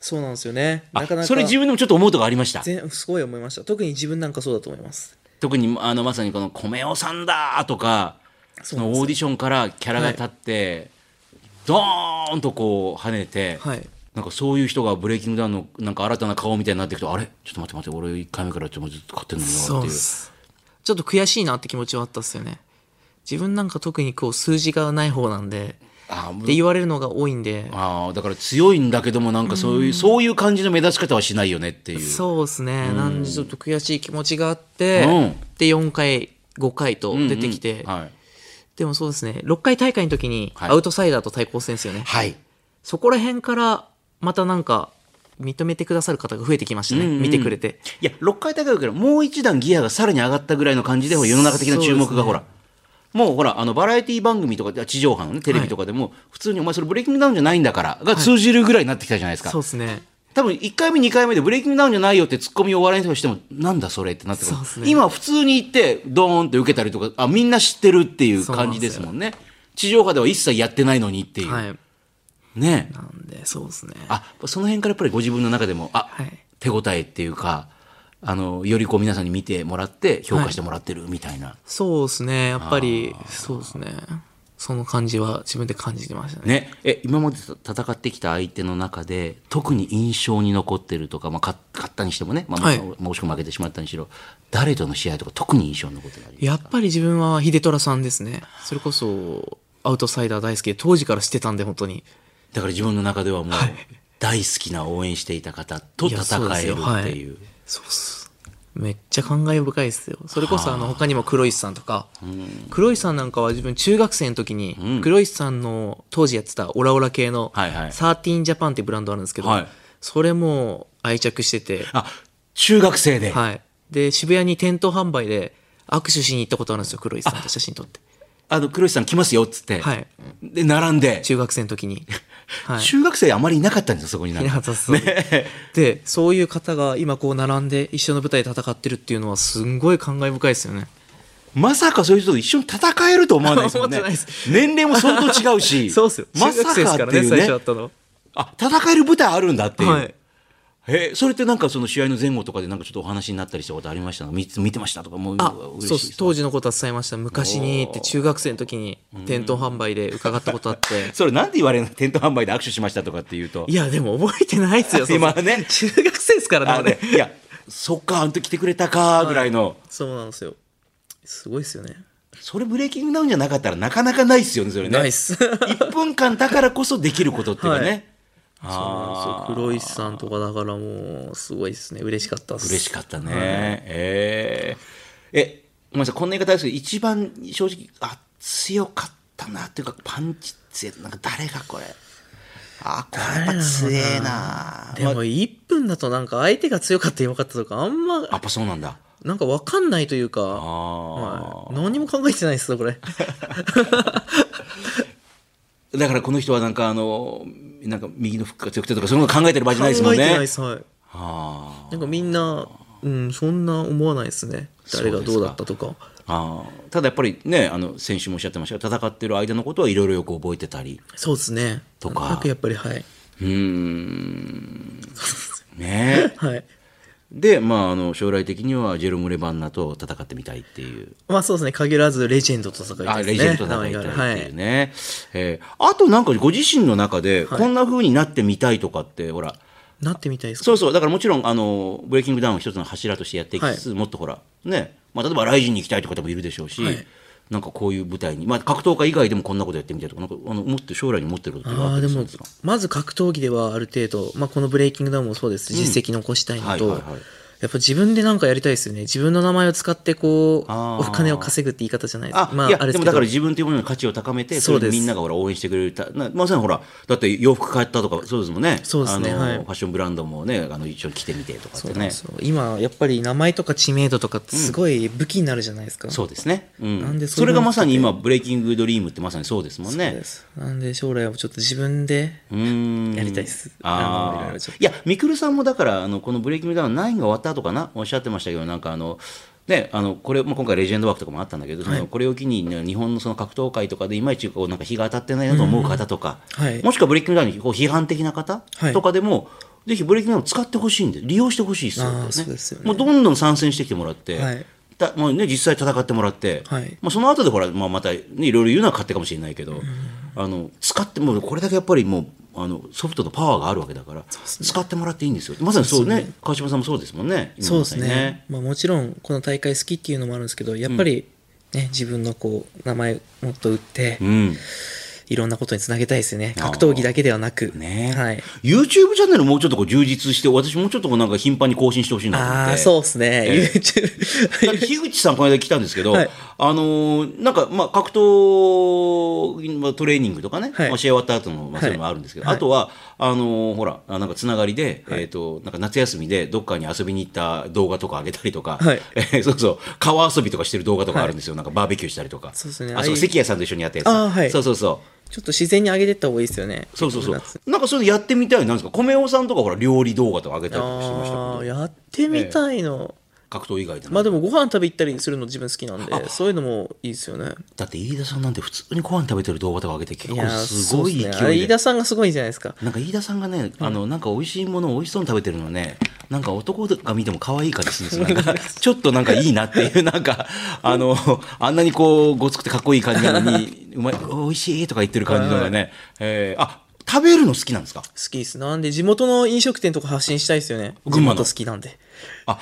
[SPEAKER 2] そうなんですよねなか
[SPEAKER 1] あ
[SPEAKER 2] なか
[SPEAKER 1] それ自分でもちょっと思うとこありました
[SPEAKER 2] 全すごい思いました特に自分なんかそうだと思います
[SPEAKER 1] 特にあのまさにこの「米尾さんだ!」とかそのオーディションからキャラが立って、ドーンとこう跳ねて、
[SPEAKER 2] はい
[SPEAKER 1] なんかそういう人が「ブレイキングダウン」のなんか新たな顔みたいになっていくと「あれちょっと待って待って俺1回目からちょっとずっと勝ってんのよ」っていう
[SPEAKER 2] すちょっと悔しいなって気持ちはあったっすよね自分なんか特にこう数字がない方なんで
[SPEAKER 1] あー
[SPEAKER 2] って言われるのが多いんで
[SPEAKER 1] あーだから強いんだけどもなんかそういうそういう感じの目立ち方はしないよねっていう
[SPEAKER 2] そうですねなんでちょっと悔しい気持ちがあって、
[SPEAKER 1] うん
[SPEAKER 2] で4回5回と出てきて、
[SPEAKER 1] うんうんはい、
[SPEAKER 2] でもそうですね6回大会の時に
[SPEAKER 1] はい
[SPEAKER 2] アウトサイダーと対抗戦ですよね、
[SPEAKER 1] はい
[SPEAKER 2] そこら辺からまたなんか認めてくださる方が増えてきましたね、
[SPEAKER 1] うんうん
[SPEAKER 2] 見てくれて
[SPEAKER 1] いや6回大会だからもう一段ギアがさらに上がったぐらいの感じで世の中的な注目がほら、もうほらあのバラエティ番組とかで地上波の、ね、テレビとかでも、普通に「お前それブレイキングダウンじゃないんだから」が通じるぐらいになってきたじゃないですか、
[SPEAKER 2] そうですね
[SPEAKER 1] 多分1回目2回目で「ブレイキングダウンじゃないよ」ってツッコミをお笑いの人がしても「なんだそれ」ってなってくる
[SPEAKER 2] そうっすね
[SPEAKER 1] 今普通に行ってドーンって受けたりとかあみんな知ってるっていう感じですもんね地上波では一切やってないのにっていう、
[SPEAKER 2] はい
[SPEAKER 1] ね
[SPEAKER 2] なんでそうですね
[SPEAKER 1] あその辺からやっぱりご自分の中でもあ、
[SPEAKER 2] はい
[SPEAKER 1] 手応えっていうかあのよりこう皆さんに見てもらって評価してもらってるみたいな、
[SPEAKER 2] そうですねやっぱりそうですねその感じは自分で感じてましたね
[SPEAKER 1] ねえ今まで戦ってきた相手の中で特に印象に残ってるとか、まあ、勝勝ったにしてもね、まあ
[SPEAKER 2] はい
[SPEAKER 1] もしくは負けてしまったにしろ誰との試合とか特に印象に残ってるのあり
[SPEAKER 2] やっぱり自分は秀虎さんですねそれこそアウトサイダー大好きで当時から知ってたんで本当に
[SPEAKER 1] だから自分の中ではもう、大好きな応援していた方と
[SPEAKER 2] いや
[SPEAKER 1] 戦
[SPEAKER 2] そうで
[SPEAKER 1] え
[SPEAKER 2] す
[SPEAKER 1] る
[SPEAKER 2] よ
[SPEAKER 1] っていう
[SPEAKER 2] そうっすめっちゃ感慨深いですよそれこそあの他にも黒石さんとか、黒石さんなんかは自分中学生の時に、黒石さんの当時やってたオラオラ系の
[SPEAKER 1] はいはい
[SPEAKER 2] サーティーンジャパンってブランドあるんですけど、
[SPEAKER 1] はい
[SPEAKER 2] それも愛着してて、
[SPEAKER 1] あ中学生で、
[SPEAKER 2] はい、で渋谷に店頭販売で握手しに行ったことあるんですよ黒石さんと写真撮って
[SPEAKER 1] あの黒石さん来ますよっつって、
[SPEAKER 2] はい
[SPEAKER 1] で並んで、
[SPEAKER 2] 中学生の 時に、はい、
[SPEAKER 1] 中学生あまりいなかったんですよそこになんか
[SPEAKER 2] いなかったっすでそういう方が今こう並んで一緒の舞台で戦ってるっていうのはすんごい感慨深いですよね
[SPEAKER 1] まさかそういう人と一緒に戦えると思わないですもんね
[SPEAKER 2] 思ってないです。
[SPEAKER 1] 年齢も相当違うし。
[SPEAKER 2] そうっすよ中
[SPEAKER 1] ま
[SPEAKER 2] 学
[SPEAKER 1] さ
[SPEAKER 2] 生です
[SPEAKER 1] か
[SPEAKER 2] か
[SPEAKER 1] っ
[SPEAKER 2] ら
[SPEAKER 1] てい
[SPEAKER 2] ね
[SPEAKER 1] う
[SPEAKER 2] 最初
[SPEAKER 1] ね
[SPEAKER 2] だっ。たの
[SPEAKER 1] あ、戦える舞台あるんだっていう。
[SPEAKER 2] はい
[SPEAKER 1] へえそれってなんかその試合の前後とかでなんかちょっとお話になったりしたことありましたの見見てましたとかもう
[SPEAKER 2] あ
[SPEAKER 1] 嬉しい
[SPEAKER 2] そうです当時のことは伝えました昔にって中学生の時に店頭販売で伺ったこと あって
[SPEAKER 1] それなんで言われるの店頭販売で握手しましたとかって言うと
[SPEAKER 2] いやでも覚えてないですよ
[SPEAKER 1] 今ね
[SPEAKER 2] そう中学生ですからね
[SPEAKER 1] あ
[SPEAKER 2] 俺
[SPEAKER 1] ねいやそっかあの時来てくれたかぐらいの、
[SPEAKER 2] そうなんですよすごいですよね
[SPEAKER 1] それブレイキングダウンじゃなかったらなかなかないっすよねそれね
[SPEAKER 2] ナイス
[SPEAKER 1] 1分間だからこそできることっていうかね、
[SPEAKER 2] はい
[SPEAKER 1] あ
[SPEAKER 2] そう黒石さんとかだからもうすごいですね嬉しかったっす
[SPEAKER 1] ー嬉しかったね、えーえごめんなさいこんな言い方ですけど一番正直あ強かったなっていうかパンチ強いなんか誰がこれあこれやっぱ強えな
[SPEAKER 2] でも1分だとなんか相手が強かった弱かったとかあんま
[SPEAKER 1] やっぱそうなんだ
[SPEAKER 2] なんか分かんないというか、
[SPEAKER 1] あー
[SPEAKER 2] はい、何も考えてないですよこれ
[SPEAKER 1] だからこの人はなんかあのなんか右のフックが強くてとかそういうの考えてる場合じゃ ないですも
[SPEAKER 2] 考え
[SPEAKER 1] ん
[SPEAKER 2] てないで
[SPEAKER 1] ね
[SPEAKER 2] す、はい、
[SPEAKER 1] あー
[SPEAKER 2] なんかみんな、うん、そんな思わないですね誰がどうだったとか
[SPEAKER 1] あーただやっぱりねあの先週もおっしゃってましたが戦ってる間のことはいろいろよく覚えてた り
[SPEAKER 2] そうですね
[SPEAKER 1] とか
[SPEAKER 2] なんなくやっぱりはいう
[SPEAKER 1] ーんねえ
[SPEAKER 2] はい
[SPEAKER 1] でまああの将来的にはジェロム・レバンナと戦ってみたいっていう
[SPEAKER 2] まあそうですね限らずレジェンドと戦いた
[SPEAKER 1] あ
[SPEAKER 2] い
[SPEAKER 1] レ
[SPEAKER 2] で
[SPEAKER 1] ジ
[SPEAKER 2] す
[SPEAKER 1] ェン
[SPEAKER 2] ね
[SPEAKER 1] ドと戦いた
[SPEAKER 2] はい
[SPEAKER 1] ってい
[SPEAKER 2] いう
[SPEAKER 1] ね、えーあとなんかご自身の中でこんな風になってみたいとかって、ほら
[SPEAKER 2] なってみたいですか
[SPEAKER 1] そうそうだからもちろんあのブレイキングダウンを一つの柱としてやっていきつつ、もっとほらね、まあ、例えばライジンに行きたいという方もいるでしょうし、
[SPEAKER 2] はい
[SPEAKER 1] なんかこういう舞台に、まあ、格闘家以外でもこんなことやってみたいとかなんかあの思って将来に思ってることって
[SPEAKER 2] あ
[SPEAKER 1] あ
[SPEAKER 2] あ
[SPEAKER 1] っ
[SPEAKER 2] ー
[SPEAKER 1] た
[SPEAKER 2] で
[SPEAKER 1] りするん
[SPEAKER 2] も
[SPEAKER 1] ですか
[SPEAKER 2] まず格闘技ではある程度、まあ、このブレイキングダウンもそうです実績残したいのと、
[SPEAKER 1] はいはいはい
[SPEAKER 2] やっぱ自分でなんかやりたいですよね自分の名前を使ってこう
[SPEAKER 1] あ
[SPEAKER 2] お
[SPEAKER 1] ー
[SPEAKER 2] 金を稼ぐって言い方じゃないです
[SPEAKER 1] あ、
[SPEAKER 2] ま
[SPEAKER 1] いや
[SPEAKER 2] ああれ
[SPEAKER 1] で
[SPEAKER 2] です
[SPEAKER 1] も
[SPEAKER 2] け
[SPEAKER 1] だ
[SPEAKER 2] ど
[SPEAKER 1] から自分というものの価値を高めて
[SPEAKER 2] そうです
[SPEAKER 1] れにみんながほら応援してくれるたなまさにほらだって洋服買ったとかそうですもんね
[SPEAKER 2] そうですね
[SPEAKER 1] あの、
[SPEAKER 2] はい
[SPEAKER 1] ファッションブランドもねあの一緒に着てみてとかっ
[SPEAKER 2] そ
[SPEAKER 1] て
[SPEAKER 2] うなん
[SPEAKER 1] ね
[SPEAKER 2] ですよ今やっぱり名前とか知名度とかってすごい武器になるじゃないですか、
[SPEAKER 1] そうですね、うん、
[SPEAKER 2] なんで
[SPEAKER 1] それがまさに今ブレイキングドリームってまさにそうですもんね
[SPEAKER 2] ですなんで将来はちょっと自分で
[SPEAKER 1] や
[SPEAKER 2] やりたいっす
[SPEAKER 1] あ
[SPEAKER 2] あの
[SPEAKER 1] ー
[SPEAKER 2] いろいろちょっ
[SPEAKER 1] いや、みくるさんもだから、あのこのブレイキングダウン9が終わった後かな、おっしゃってましたけど、なんかあの、ね、あのこれまあ今回、レジェンドワークとかもあったんだけど、そのこれを機に、ね日本のその格闘界とかで、いまいちこうなんか日が当たってないなと思う方とか、
[SPEAKER 2] はい
[SPEAKER 1] もしくはブレイキングダウンにこう批判的な方
[SPEAKER 2] はい
[SPEAKER 1] とかでも、ぜひブレイキングダウンを使ってほしいんで、利用してほしいっすよ
[SPEAKER 2] あー
[SPEAKER 1] ね
[SPEAKER 2] そうですよね
[SPEAKER 1] もうどんどん参戦してきてもらって、
[SPEAKER 2] はい
[SPEAKER 1] だもうね、実際戦ってもらって、
[SPEAKER 2] はい
[SPEAKER 1] まあ、その後でほら、まあ、また、ね、いろいろ言うのは勝手かもしれないけど、あの使ってもうこれだけやっぱりもうあのソフトのパワーがあるわけだから、使ってもらっていいんですよまさにそうね川島さんもそうですもんね今
[SPEAKER 2] そう
[SPEAKER 1] の時
[SPEAKER 2] です
[SPEAKER 1] 代
[SPEAKER 2] ねまあ、もちろんこの大会好きっていうのもあるんですけどやっぱり、ね自分のこう名前もっと売って、
[SPEAKER 1] うん
[SPEAKER 2] いろんなことにつなげたいですよね格闘技だけではなく
[SPEAKER 1] ね、
[SPEAKER 2] はい、
[SPEAKER 1] YouTube チャンネルもうちょっとこう充実して私もうちょっとこうなんか頻繁に更新してほしいなと思っ
[SPEAKER 2] あ
[SPEAKER 1] て
[SPEAKER 2] あそうですね、
[SPEAKER 1] だっ
[SPEAKER 2] YouTube
[SPEAKER 1] て樋口さん、この間来たんですけど、
[SPEAKER 2] はい
[SPEAKER 1] あのーなんか、まあ、格闘まあトレーニングとかね、
[SPEAKER 2] はい
[SPEAKER 1] まあ試合終わった後の、まあ、
[SPEAKER 2] はい
[SPEAKER 1] そういうのもあるんですけど、
[SPEAKER 2] はい
[SPEAKER 1] あとは、あのーほら、あなんかつながりで、えっ、と、なんか夏休みでどっかに遊びに行った動画とか上げたりとか、
[SPEAKER 2] はい
[SPEAKER 1] えーそうそう、川遊びとかしてる動画とかあるんですよ、なんかバーベキューしたりとか。
[SPEAKER 2] そうですね
[SPEAKER 1] あ、
[SPEAKER 2] ああ
[SPEAKER 1] そ、
[SPEAKER 2] いうう
[SPEAKER 1] 関谷さんと一緒にやったやつ。
[SPEAKER 2] あーはい
[SPEAKER 1] そうそうそう。
[SPEAKER 2] ちょっと自然に上げてった方がいいですよね
[SPEAKER 1] そうそうそう
[SPEAKER 2] 夏。
[SPEAKER 1] なんかそういうのやってみたいなんですか米尾さんとかほら、料理動画とか上げたりとかしてました
[SPEAKER 2] ああ
[SPEAKER 1] けど、
[SPEAKER 2] やってみたいの、
[SPEAKER 1] 格闘以外でも
[SPEAKER 2] まあでもご飯食べ行ったりするの自分好きなんでそういうのもいいですよね
[SPEAKER 1] だって飯田さんなんて普通にご飯食べてる動画とか上げて結
[SPEAKER 2] い
[SPEAKER 1] 構
[SPEAKER 2] やー
[SPEAKER 1] すごい勢い
[SPEAKER 2] そうっ
[SPEAKER 1] で
[SPEAKER 2] ね、あれ飯田さんがすごいじゃないですか
[SPEAKER 1] なんか飯田さんがね、あのなんか美味しいものを美味しそうに食べてるのねなんか男が見ても可愛い感じするんですよ なんかちょっとなんかいいなっていう なんかあのあんなにこうごつくてかっこいい感じなのにうまい美味しいとか言ってる感じのがね、えーあ食べるの好きなんですか
[SPEAKER 2] 好きですなんで地元の飲食店とか発信したいですよね
[SPEAKER 1] 群馬の
[SPEAKER 2] 地元好きなんで
[SPEAKER 1] あ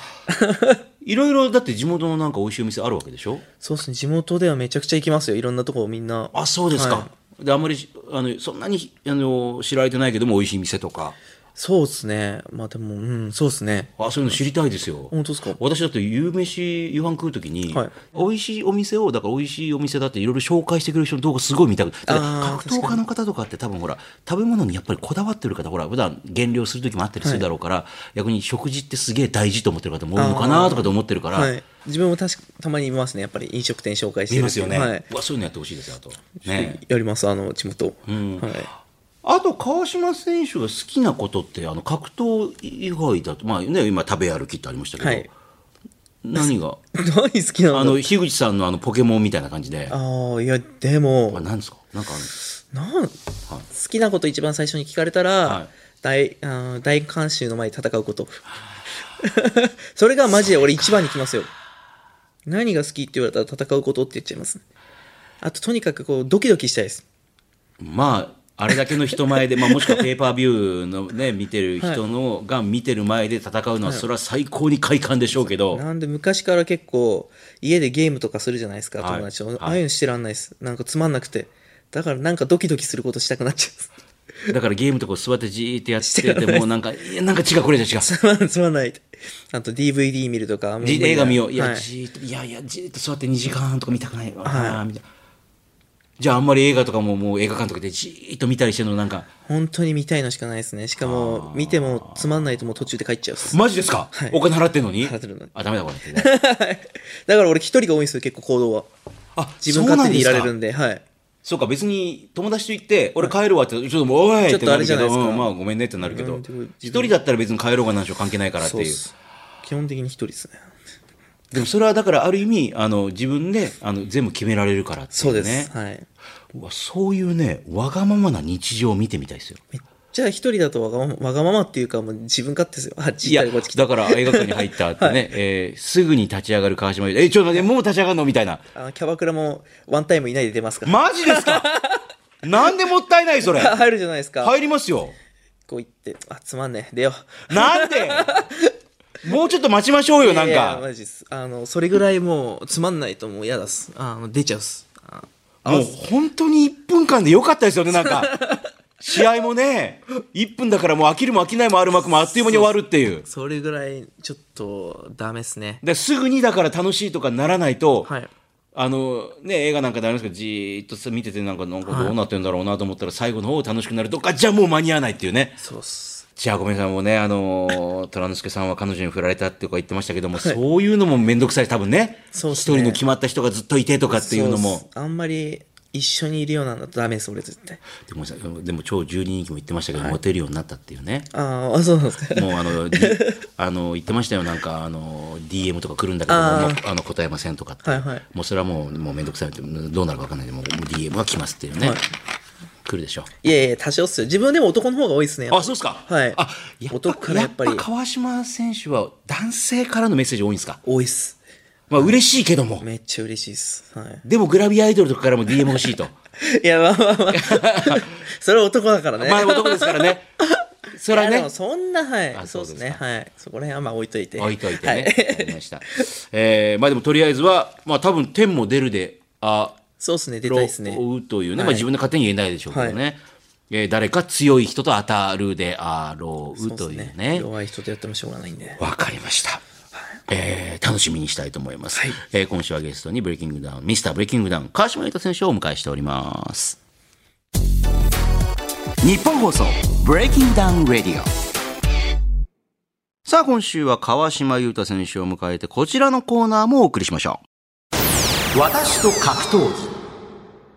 [SPEAKER 1] いろいろだって地元のなんか美味しいお店あるわけでしょ
[SPEAKER 2] そうですね地元ではめちゃくちゃ行きますよいろんなとこみんな
[SPEAKER 1] あそうですか、
[SPEAKER 2] はい
[SPEAKER 1] であんまりあのそんなにあの知られてないけども美味しい店とか
[SPEAKER 2] そうですねまあでもうんそうですね
[SPEAKER 1] あそういうの知りたいですよ
[SPEAKER 2] 本当ですか
[SPEAKER 1] 私だって夕飯夕飯食う時に、
[SPEAKER 2] はい
[SPEAKER 1] 美味しいお店をだから美味しいお店だっていろいろ紹介してくれる人の動画すごい見たくてだって
[SPEAKER 2] あー
[SPEAKER 1] 格闘家の方とかって多分ほら食べ物にやっぱりこだわってる方ほら普段減量する時もあったりするだろうから、逆に食事ってすげえ大事と思ってる方も多いのかなとかと思ってるから、
[SPEAKER 2] はい自分も確かたまにいますねやっぱり飲食店紹介して
[SPEAKER 1] 見
[SPEAKER 2] る
[SPEAKER 1] ますよね、
[SPEAKER 2] はい、
[SPEAKER 1] うわそういうのやってほしいですよあとね
[SPEAKER 2] やりますあの地元、はい
[SPEAKER 1] あと川島選手が好きなことってあの格闘以外だとまあね今食べ歩きってありましたけど、
[SPEAKER 2] はい
[SPEAKER 1] 何が
[SPEAKER 2] 何好きなの
[SPEAKER 1] あの樋口さんのあのポケモンみたいな感じで
[SPEAKER 2] ああいやで
[SPEAKER 1] あ
[SPEAKER 2] も
[SPEAKER 1] なんですかなんかあるんですか
[SPEAKER 2] なん、好きなこと一番最初に聞かれたら、
[SPEAKER 1] はい
[SPEAKER 2] 大あー大観衆の前で戦うこと それがマジで俺一番に来ますよ何が好きって言われたら戦うことって言っちゃいますねあととにかくこうドキドキしたいです
[SPEAKER 1] まあ、あれだけの人前で、 まあ、もしくはペーパービューのね、見てる人の、が見てる前で戦うのは、それは最高に快感でしょうけど、
[SPEAKER 2] なんで昔から結構家でゲームとかするじゃないですか
[SPEAKER 1] はい
[SPEAKER 2] 友達と、
[SPEAKER 1] はい
[SPEAKER 2] ああいうのしてらんないですなんかつまんなくてだからなんかドキドキすることしたくなっちゃう
[SPEAKER 1] だからゲームとか座ってじーってやってて、もうなんか、いやなんか違う、これじゃ違う。
[SPEAKER 2] つまんつまんないあと DVD 見るとかもう無理
[SPEAKER 1] じ
[SPEAKER 2] だ
[SPEAKER 1] 映画見よう。いや、
[SPEAKER 2] はい
[SPEAKER 1] じーっと、いやいや、じーっと座って2時間とか見たくないわ、
[SPEAKER 2] は
[SPEAKER 1] みたいな。じゃあ、あんまり映画とかも、もう映画館とかでじーっと見たりしてるの、なんか、
[SPEAKER 2] 本当に見たいのしかないですねしかも見てもつまんないともう途中で帰っちゃうっす
[SPEAKER 1] マジですか、お金払ってんのに
[SPEAKER 2] 払ってるのに
[SPEAKER 1] あ、ダメだ、これってね。
[SPEAKER 2] だから俺一人が多いんですよ結構行動は
[SPEAKER 1] あ、
[SPEAKER 2] 自分勝手にいられ
[SPEAKER 1] そうなんです
[SPEAKER 2] る
[SPEAKER 1] か
[SPEAKER 2] んではい
[SPEAKER 1] そうか、別に友達と行って、俺帰るわって、ちょっともう、おい
[SPEAKER 2] ちょ
[SPEAKER 1] っ
[SPEAKER 2] ってと
[SPEAKER 1] な
[SPEAKER 2] あ
[SPEAKER 1] るけ
[SPEAKER 2] れじゃない
[SPEAKER 1] ど、
[SPEAKER 2] ですか
[SPEAKER 1] うんまあごめんねってなるけ
[SPEAKER 2] う
[SPEAKER 1] ど
[SPEAKER 2] んでも、
[SPEAKER 1] 一人だったら別に帰ろうがなんしょう関係ないからって
[SPEAKER 2] そうっ
[SPEAKER 1] いう。
[SPEAKER 2] す基本的に一人ですね
[SPEAKER 1] でもそれはだからある意味、あの、自分で、あの、全部決められるからっていうね。
[SPEAKER 2] そうです、はい
[SPEAKER 1] わそういうね、わがままな日常を見てみたいですよ。
[SPEAKER 2] めっちゃ一人だとわがままわがままっていうかもう自分勝手ですよ あっ
[SPEAKER 1] い
[SPEAKER 2] ち行っ
[SPEAKER 1] や、
[SPEAKER 2] たりこっち来たり
[SPEAKER 1] だから映画館に入ったってね、えーすぐに立ち上がる川島え、ちょっと待って、もう立ち上がるのみたいな。
[SPEAKER 2] あのキャバクラもワンタイム以内で出ますから、
[SPEAKER 1] マジです かなんでもったいない、それ。
[SPEAKER 2] 入るじゃないですか、
[SPEAKER 1] 入りますよ。
[SPEAKER 2] こう言ってあつまんねえ出よう
[SPEAKER 1] なんでもうちょっと待ちましょうよ、なんか。
[SPEAKER 2] いやいやマジっすあのそれぐらいもうつまんないともう嫌だっすあの出ちゃうっすあ
[SPEAKER 1] もう本当に1分間で良かったですよね、なん か。試合もね、1分だからもう飽きるも飽きないもあるまくもあっという間に終わるっていう。
[SPEAKER 2] それぐらいちょっとダメっすね
[SPEAKER 1] ですぐにだから楽しいとかならないと、
[SPEAKER 2] はい
[SPEAKER 1] あのね、映画なんかでありますけど、じーっとさ見ててなんか、なんかどうなってんだろうなと思ったら、最後の方楽しくなるとか、じゃあもう間に合わないっていうね。
[SPEAKER 2] そうっす
[SPEAKER 1] じゃあごめんなさい、もうね、あの、虎之助さんは彼女に振られたってとか言ってましたけども、そういうのもめんどくさい、多分ね。
[SPEAKER 2] そう
[SPEAKER 1] 一
[SPEAKER 2] っすね
[SPEAKER 1] 人の決まった人がずっといてとかっていうのも
[SPEAKER 2] そ。っすあんまり一緒にいるようなんだとダメです俺絶対
[SPEAKER 1] でもさでも超12人気も言ってましたけど、モテるようになったっていうね。
[SPEAKER 2] ああそうなんですか
[SPEAKER 1] もうあの、D- あの言ってましたよ、なんかあの DM とか来るんだけども
[SPEAKER 2] あ
[SPEAKER 1] もう、あの答えませんとかって、
[SPEAKER 2] はいはい
[SPEAKER 1] もうそれはもうもうめんどくさいって、どうなるか分かんないんで、もう DM は来ますっていうね、来るでしょ
[SPEAKER 2] いやいや多少っすよ自分でも男の方が多いっすね
[SPEAKER 1] あ、そうですか、
[SPEAKER 2] はい
[SPEAKER 1] あやっぱ
[SPEAKER 2] 男からやっぱり
[SPEAKER 1] やっぱ川島選手は男性からのメッセージ多いんですか、
[SPEAKER 2] 多いっす
[SPEAKER 1] まあ嬉しいけども、
[SPEAKER 2] めっちゃ嬉しいっすはい
[SPEAKER 1] でもグラビアアイドルとかからも DM 欲しい と、
[SPEAKER 2] いやまあまあ まあそれは男だからね
[SPEAKER 1] まあ男ですから ね、それはい
[SPEAKER 2] やで
[SPEAKER 1] ね
[SPEAKER 2] も。そんなはい
[SPEAKER 1] あ
[SPEAKER 2] そう
[SPEAKER 1] そうで
[SPEAKER 2] です
[SPEAKER 1] す
[SPEAKER 2] ねはいそこら辺はまあ置いといて
[SPEAKER 1] 置いといて
[SPEAKER 2] は
[SPEAKER 1] ね。わかりました。えーまあでもとりあえずは、まあ多分天も出るで、あ、
[SPEAKER 2] そうですね出たいですね
[SPEAKER 1] 追うというね、まあ
[SPEAKER 2] はい
[SPEAKER 1] 自分で勝手に言えないでしょうけどね。えー誰か強い人と当たるであろう
[SPEAKER 2] そ
[SPEAKER 1] と
[SPEAKER 2] う
[SPEAKER 1] い
[SPEAKER 2] です
[SPEAKER 1] うね。
[SPEAKER 2] 弱い人とやってもしょうがないんで
[SPEAKER 1] わ、かりました。えー楽しみにしたいと思います。えー今週はゲストにブレイキングダウン、ミスターブレイキングダウン、川島優太選手をお迎えしております。日本放送、ブレイキングダウンレディオ。さあ、今週は川島優太選手を迎えて、こちらのコーナーもお送りしましょう。私と格闘技。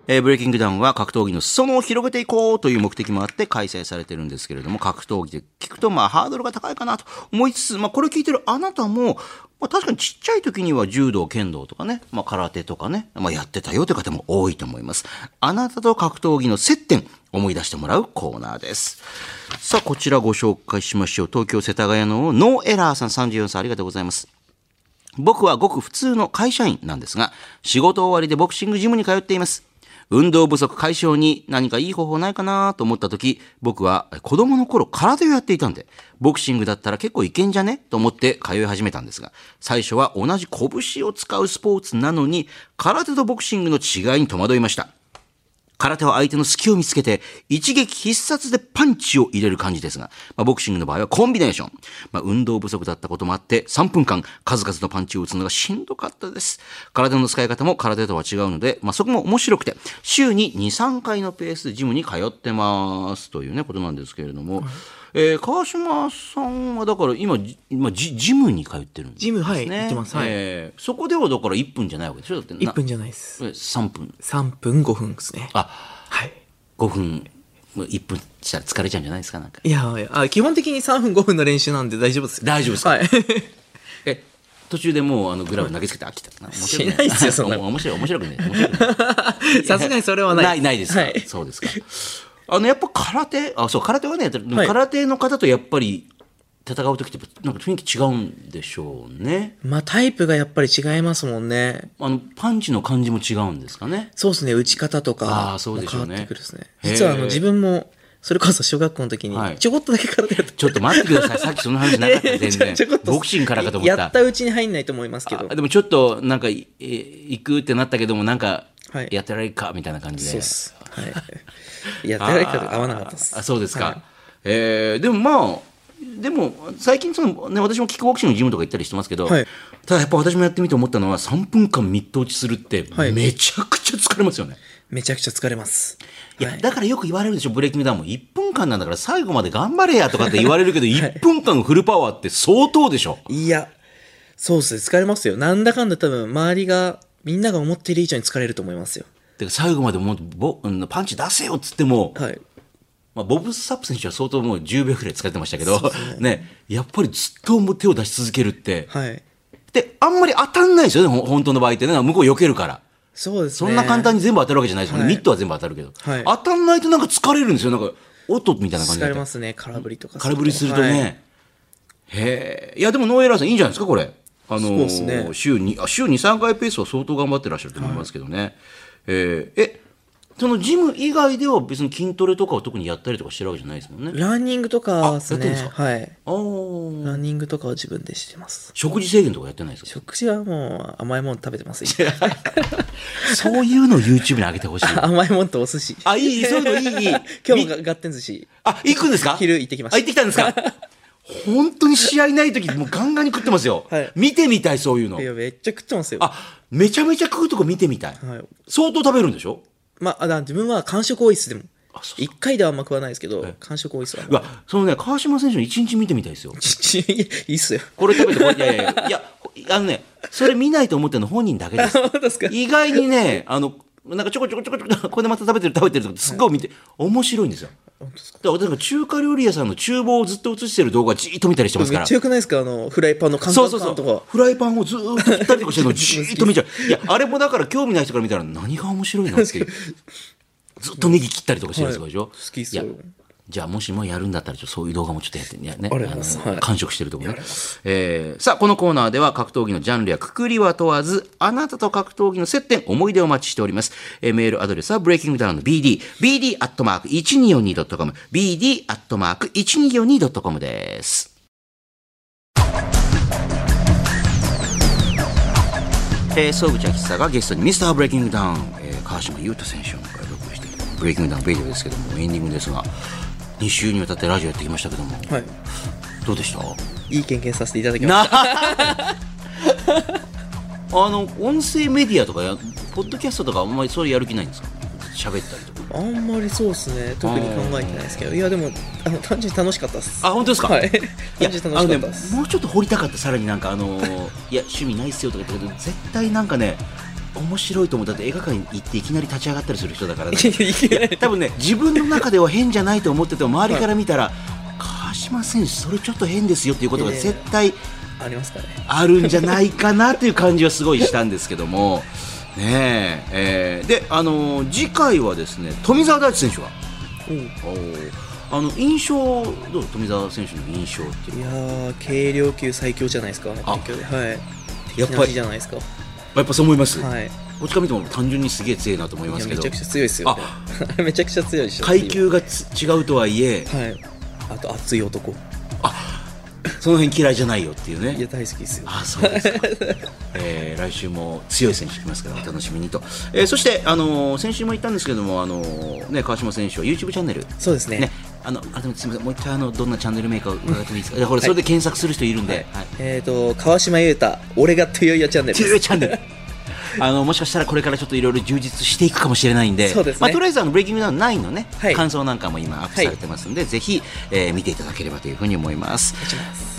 [SPEAKER 1] えーブレイキングダウンは格闘技の裾野を広げていこうという目的もあって開催されてるんですけれども、格闘技で聞くと、まあ、ハードルが高いかなと思いつつ、まあ、これ聞いてるあなたも、まあ、確かにちっちゃい時には柔道、剣道とかね、まあ、空手とかね、まあ、やってたよという方も多いと思います。あなたと格闘技の接点、思い出してもらうコーナーです。さあ、こちらご紹介しましょう。東京世田谷のノーエラーさん34歳ありがとうございます。僕はごく普通の会社員なんですが、仕事終わりでボクシングジムに通っています。運動不足解消に何かいい方法ないかなと思った時、僕は子供の頃空手をやっていたんで、ボクシングだったら結構いけんじゃねと思って通い始めたんですが、最初は同じ拳を使うスポーツなのに、空手とボクシングの違いに戸惑いました。空手は相手の隙を見つけて、一撃必殺でパンチを入れる感じですが、まあ、ボクシングの場合はコンビネーション。まあ、運動不足だったこともあって、3分間数々のパンチを打つのがしんどかったです。体の使い方も空手とは違うので、まあ、そこも面白くて、週に2、3回のペースでジムに通ってます。というね、ことなんですけれども、えー川島さんはだから今、じ今ジジムに通ってるんですね。
[SPEAKER 2] ジムはい行ってますはい
[SPEAKER 1] えーそこではだから1分じゃないわけでしょだってな
[SPEAKER 2] 1分じゃないです
[SPEAKER 1] え3分。
[SPEAKER 2] 3分5分ですね
[SPEAKER 1] あ、
[SPEAKER 2] はい
[SPEAKER 1] 5分1分したら疲れちゃうんじゃないですかなんか
[SPEAKER 2] いやいやあ基本的に3分5分の練習なんで大丈夫ですよ
[SPEAKER 1] 大丈夫ですか
[SPEAKER 2] はい
[SPEAKER 1] え途中でもうあのグラブ投げつけて飽きたな面白
[SPEAKER 2] しないっすよそんな
[SPEAKER 1] 面白い面白くね面白くね
[SPEAKER 2] さすがにそれはない
[SPEAKER 1] ないないですか、
[SPEAKER 2] はい
[SPEAKER 1] そうですかあのやっぱ空手あそう空手はねやってるでも
[SPEAKER 2] はい
[SPEAKER 1] 空手の方とやっぱり戦う時ってなんか雰囲気違うんでしょうね
[SPEAKER 2] まあタイプがやっぱり違いますもんね。
[SPEAKER 1] あのパンチの感じも違うんですかね
[SPEAKER 2] そうですね、打ち方と
[SPEAKER 1] あ
[SPEAKER 2] か
[SPEAKER 1] ーそ
[SPEAKER 2] も
[SPEAKER 1] うでし
[SPEAKER 2] 変
[SPEAKER 1] ょう
[SPEAKER 2] わっ
[SPEAKER 1] ね
[SPEAKER 2] てくるですね。
[SPEAKER 1] へー
[SPEAKER 2] 実はあの自分も、それこそ小学校の時
[SPEAKER 1] はい
[SPEAKER 2] に、ちょこっとだけ空手やった。
[SPEAKER 1] ちょっと待ってくださいさっきその話なかった全然
[SPEAKER 2] ちょこっと
[SPEAKER 1] ボクシングからかと思った
[SPEAKER 2] やったうちに入んないと思いますけど
[SPEAKER 1] あ。でもちょっとなんかいえ行くってなったけどもなんか
[SPEAKER 2] はい
[SPEAKER 1] やってられるかみたいな感じで、
[SPEAKER 2] そうっす。はい。いや、誰かと合わなかったです。
[SPEAKER 1] あそうですか、
[SPEAKER 2] はい
[SPEAKER 1] えーでもまあでも最近その、ね、私もキックボクシングのジムとか行ったりしてますけど、
[SPEAKER 2] はい
[SPEAKER 1] ただやっぱ私もやってみて思ったのは3分間ミット打ちするって
[SPEAKER 2] はい
[SPEAKER 1] めちゃくちゃ疲れますよね、
[SPEAKER 2] めちゃくちゃ疲れます。
[SPEAKER 1] いや
[SPEAKER 2] はい
[SPEAKER 1] だからよく言われるでしょブレイキングダウンも1分間なんだから最後まで頑張れやとかって言われるけど、1分間フルパワーって相当でしょ
[SPEAKER 2] いや、そうっすね、疲れますよ。なんだかんだ多分、周りが、みんなが思っている以上に疲れると思いますよ。
[SPEAKER 1] てか最後までもうボうんパンチ出せよっつっても、
[SPEAKER 2] はい。
[SPEAKER 1] まあ、ボブ・サップ選手は相当もう10秒くらい疲れてましたけど、ね、やっぱりずっともう手を出し続けるって、
[SPEAKER 2] はい。
[SPEAKER 1] で、あんまり当たんないですよね、ほん本当の場合ってね。向こう避けるから。
[SPEAKER 2] そうです
[SPEAKER 1] そ
[SPEAKER 2] ね。
[SPEAKER 1] んな簡単に全部当たるわけじゃないですもんね。
[SPEAKER 2] はい
[SPEAKER 1] ミットは全部当たるけど。
[SPEAKER 2] はい
[SPEAKER 1] 当たんないとなんか疲れるんですよ。なんか、おっとみたいな感じ
[SPEAKER 2] 疲
[SPEAKER 1] で
[SPEAKER 2] れ。ますね、空振りとか。
[SPEAKER 1] 空振りするとね。
[SPEAKER 2] はい
[SPEAKER 1] へえ。いや、でもノーエラーさんいいんじゃないですか、これ。あのー
[SPEAKER 2] そうですね
[SPEAKER 1] 週に、あ週に3回ペースは相当頑張ってらっしゃると思いますけどね。えーえ、そのジム以外では別に筋トレとかを特にやったりとかしてるわけじゃないですもんね。
[SPEAKER 2] ランニングとかです
[SPEAKER 1] あやっ
[SPEAKER 2] ね。
[SPEAKER 1] てるんです
[SPEAKER 2] はい。
[SPEAKER 1] あー
[SPEAKER 2] ランニングとかを自分でしてます。
[SPEAKER 1] 食事制限とかやってないですか
[SPEAKER 2] 食事はもう甘いもの食べてます。
[SPEAKER 1] そういうのを YouTube に上げてほしい。
[SPEAKER 2] 甘いものとお寿司。
[SPEAKER 1] あ、いい、そういうのいい、 いい。
[SPEAKER 2] 今日もがガッテン寿司。
[SPEAKER 1] あ、行くんですか
[SPEAKER 2] 昼行ってきました
[SPEAKER 1] あ、行ってきたんです か本当に試合ない時もうガンガンに食ってますよ。
[SPEAKER 2] はい
[SPEAKER 1] 見てみたい、そういうの
[SPEAKER 2] い。や、めっちゃ食ってますよ。は
[SPEAKER 1] あ、めちゃめちゃ食うとこ見てみたい。
[SPEAKER 2] い。
[SPEAKER 1] 相当食べるんでしょ
[SPEAKER 2] まあ、あだ自分は完食多いっす、でも
[SPEAKER 1] あそう。
[SPEAKER 2] 一回ではあんま食わないですけど、完食多いっすわ
[SPEAKER 1] う。わ、そのね、川島選手の一日見てみたいですよ。
[SPEAKER 2] いやいいっすよ。
[SPEAKER 1] これ食べて、これ、 いやいやいや、いや、ほあのね、それ見ないと思ってるの本人だけです。
[SPEAKER 2] 本当 ですか
[SPEAKER 1] 意外にね、あの、なんかちょこちょこちょこちょこ、これでまた食べてる食べてるとか、すっごい見て、面白いんですよ。
[SPEAKER 2] 本当ですか
[SPEAKER 1] だから私なんか中華料理屋さんの厨房をずっと映してる動画じーっと見たりしてますか
[SPEAKER 2] め
[SPEAKER 1] ら
[SPEAKER 2] っちゃ。よくないですかあの、フライパンの感
[SPEAKER 1] そ
[SPEAKER 2] 覚
[SPEAKER 1] うそうそ
[SPEAKER 2] 感と
[SPEAKER 1] う
[SPEAKER 2] か。。
[SPEAKER 1] フライパンをずーっと振ったりとかしてるのをじーっと見ちゃう。いや、あれもだから興味ない人から見たら何が面白いのっていう。ずっとネギ切ったりとかしてるやつがでしょ、
[SPEAKER 2] はい好きっす
[SPEAKER 1] や
[SPEAKER 2] よ
[SPEAKER 1] じゃあもしもやるんだったらちょっとそういう動画もちょっとやってね、ね
[SPEAKER 2] りがとうございますはい
[SPEAKER 1] 完食してるとこね、えーさあこのコーナーでは格闘技のジャンルやくくりは問わずあなたと格闘技の接点思い出をお待ちしております、えーメールアドレスは breakingdownbd bd アットマーク 1242.com bd アットマーク 1242.com ですえー、総口秋久がゲストにミスターブレイキングダウン、えー川島優太選手を迎えてお送りしているブレイキングダウンビデオですけどもエンディングですが2週にわたってラジオやってきましたけども
[SPEAKER 2] はい。
[SPEAKER 1] どうでした
[SPEAKER 2] いい経験させていただきま し
[SPEAKER 1] なあの音声メディアとかやポッドキャストとかあんまりそういうやる気ないんですか喋ったりとか
[SPEAKER 2] た。あんまりそうですね。特に考えてないですけど。いや、でも、あの、単純に楽しかったっす。
[SPEAKER 1] あ本当ですか
[SPEAKER 2] はい。
[SPEAKER 1] いや
[SPEAKER 2] 単純に
[SPEAKER 1] あの
[SPEAKER 2] 楽しか
[SPEAKER 1] ね
[SPEAKER 2] ったっす。
[SPEAKER 1] もうちょっと掘りたかったさらになんかあのーいや趣味ないっすよとか言ったけど絶対なんかね面白いと思うだって映画館に行っていきなり立ち上がったりする人だ からね、
[SPEAKER 2] いやいやい や
[SPEAKER 1] 多分ね自分の中では変じゃないと思ってても周りから見たら、川島選手それちょっと変ですよっていうことが
[SPEAKER 2] いやいや
[SPEAKER 1] 絶対
[SPEAKER 2] ありますかね。
[SPEAKER 1] あるんじゃないかなという感じはすごいしたんですけど もねええーであのー次回はですね富澤大地選手は
[SPEAKER 2] うん。
[SPEAKER 1] あの印象どう富澤選手の印象っていう
[SPEAKER 2] いやー、軽量級最強じゃないですか。
[SPEAKER 1] あ
[SPEAKER 2] 結局はい。
[SPEAKER 1] やっぱり
[SPEAKER 2] 敵なしじゃないですか。
[SPEAKER 1] やっぱそう思います、
[SPEAKER 2] はい。
[SPEAKER 1] こっちから見ても単純にすげえ強いなと思いま
[SPEAKER 2] いや、
[SPEAKER 1] すけ
[SPEAKER 2] め
[SPEAKER 1] ど
[SPEAKER 2] ちゃくちゃ強いですよ。 めちゃくちゃ強いでしょ。
[SPEAKER 1] 階級がつ違うとはいえ
[SPEAKER 2] 今。はい。あと、熱い男。
[SPEAKER 1] その辺嫌いじゃないよっていうね
[SPEAKER 2] いや、大好きですよ。
[SPEAKER 1] あそうですか、 えー来週も強い選手来ますからお楽しみにと、えーそして、あのー先週も言ったんですけども、あのーね、川島選手は YouTube チャンネル、
[SPEAKER 2] そうですね
[SPEAKER 1] ね。、あの改めてすみませんもう一回あのどんなチャンネルメーカーを伺ってもいいですか、いやこれそれで検索する人いるんで、はい
[SPEAKER 2] えっと、川島優太、俺が強いよチャンネルです
[SPEAKER 1] 強。いチャンネルあのもしかしたらこれからちょっといろいろ充実していくかもしれないんで
[SPEAKER 2] そうですね
[SPEAKER 1] まあ、とりあえずあの「ブレイキングダウン9」のね、
[SPEAKER 2] はい
[SPEAKER 1] 感想なんかも今アップされてますんで、ぜひ、えー見ていただければというふうに思います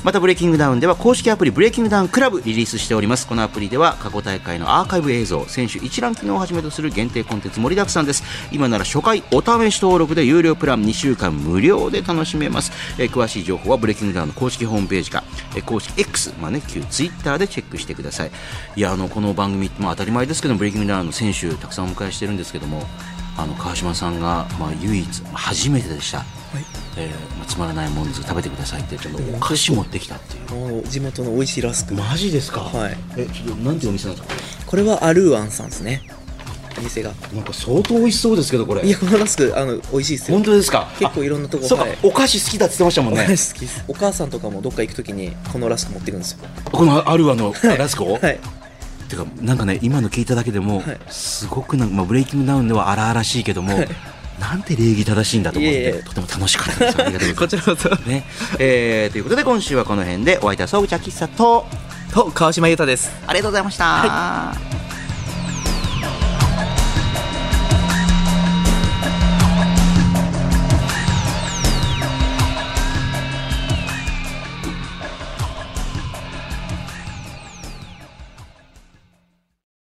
[SPEAKER 1] また「ブレイキングダウン」では公式アプリ「ブレイキングダウンクラブリリースしておりますこのアプリでは過去大会のアーカイブ映像選手一覧機能をはじめとする限定コンテンツ盛りだくさんです今なら初回お試し登録で有料プラン2週間無料で楽しめます、えー詳しい情報はブレイキングダウンの公式ホームページか、えー公式 X、まあね、旧 Twitter でチェックしてくださいいやあのこの番組、まあ、当たり前ですけどブレイキングダウンの選手たくさんお迎えしてるんですけどもあの川島さんが、まあ、唯一初めてでした、えーまあつまらないもんず食べてくださいって言ったのお菓子持ってきたっていう
[SPEAKER 2] お地元の美味しいラスク
[SPEAKER 1] マジですか
[SPEAKER 2] はい
[SPEAKER 1] えちょっとなんていうお店なんですか
[SPEAKER 2] これはアルーアンさんですねお店が
[SPEAKER 1] なんか相当美味しそうですけどこれ
[SPEAKER 2] いやこのラスクあの美味しいですよ
[SPEAKER 1] 本当ですか
[SPEAKER 2] 結構いろんなとこ
[SPEAKER 1] あそうか、
[SPEAKER 2] はい
[SPEAKER 1] お菓子好きだって言ってましたもんね
[SPEAKER 2] 好きですお母さんとかもどっか行くときにこのラスク持ってくんですよ
[SPEAKER 1] このアルワのラスクを、
[SPEAKER 2] はい
[SPEAKER 1] てかなんかね今の聞いただけでも、
[SPEAKER 2] はい
[SPEAKER 1] すごくなんか、まあ、ブレイキングダウンでは荒々しいけども、
[SPEAKER 2] はい
[SPEAKER 1] なんて礼儀正しいんだと思って
[SPEAKER 2] いえいえ
[SPEAKER 1] とても楽しかったですありがとうございます
[SPEAKER 2] こち らこそ
[SPEAKER 1] ねえーということで今週はこの辺でお相手は総口秋久と
[SPEAKER 2] と川島裕太です
[SPEAKER 1] ありがとうございました、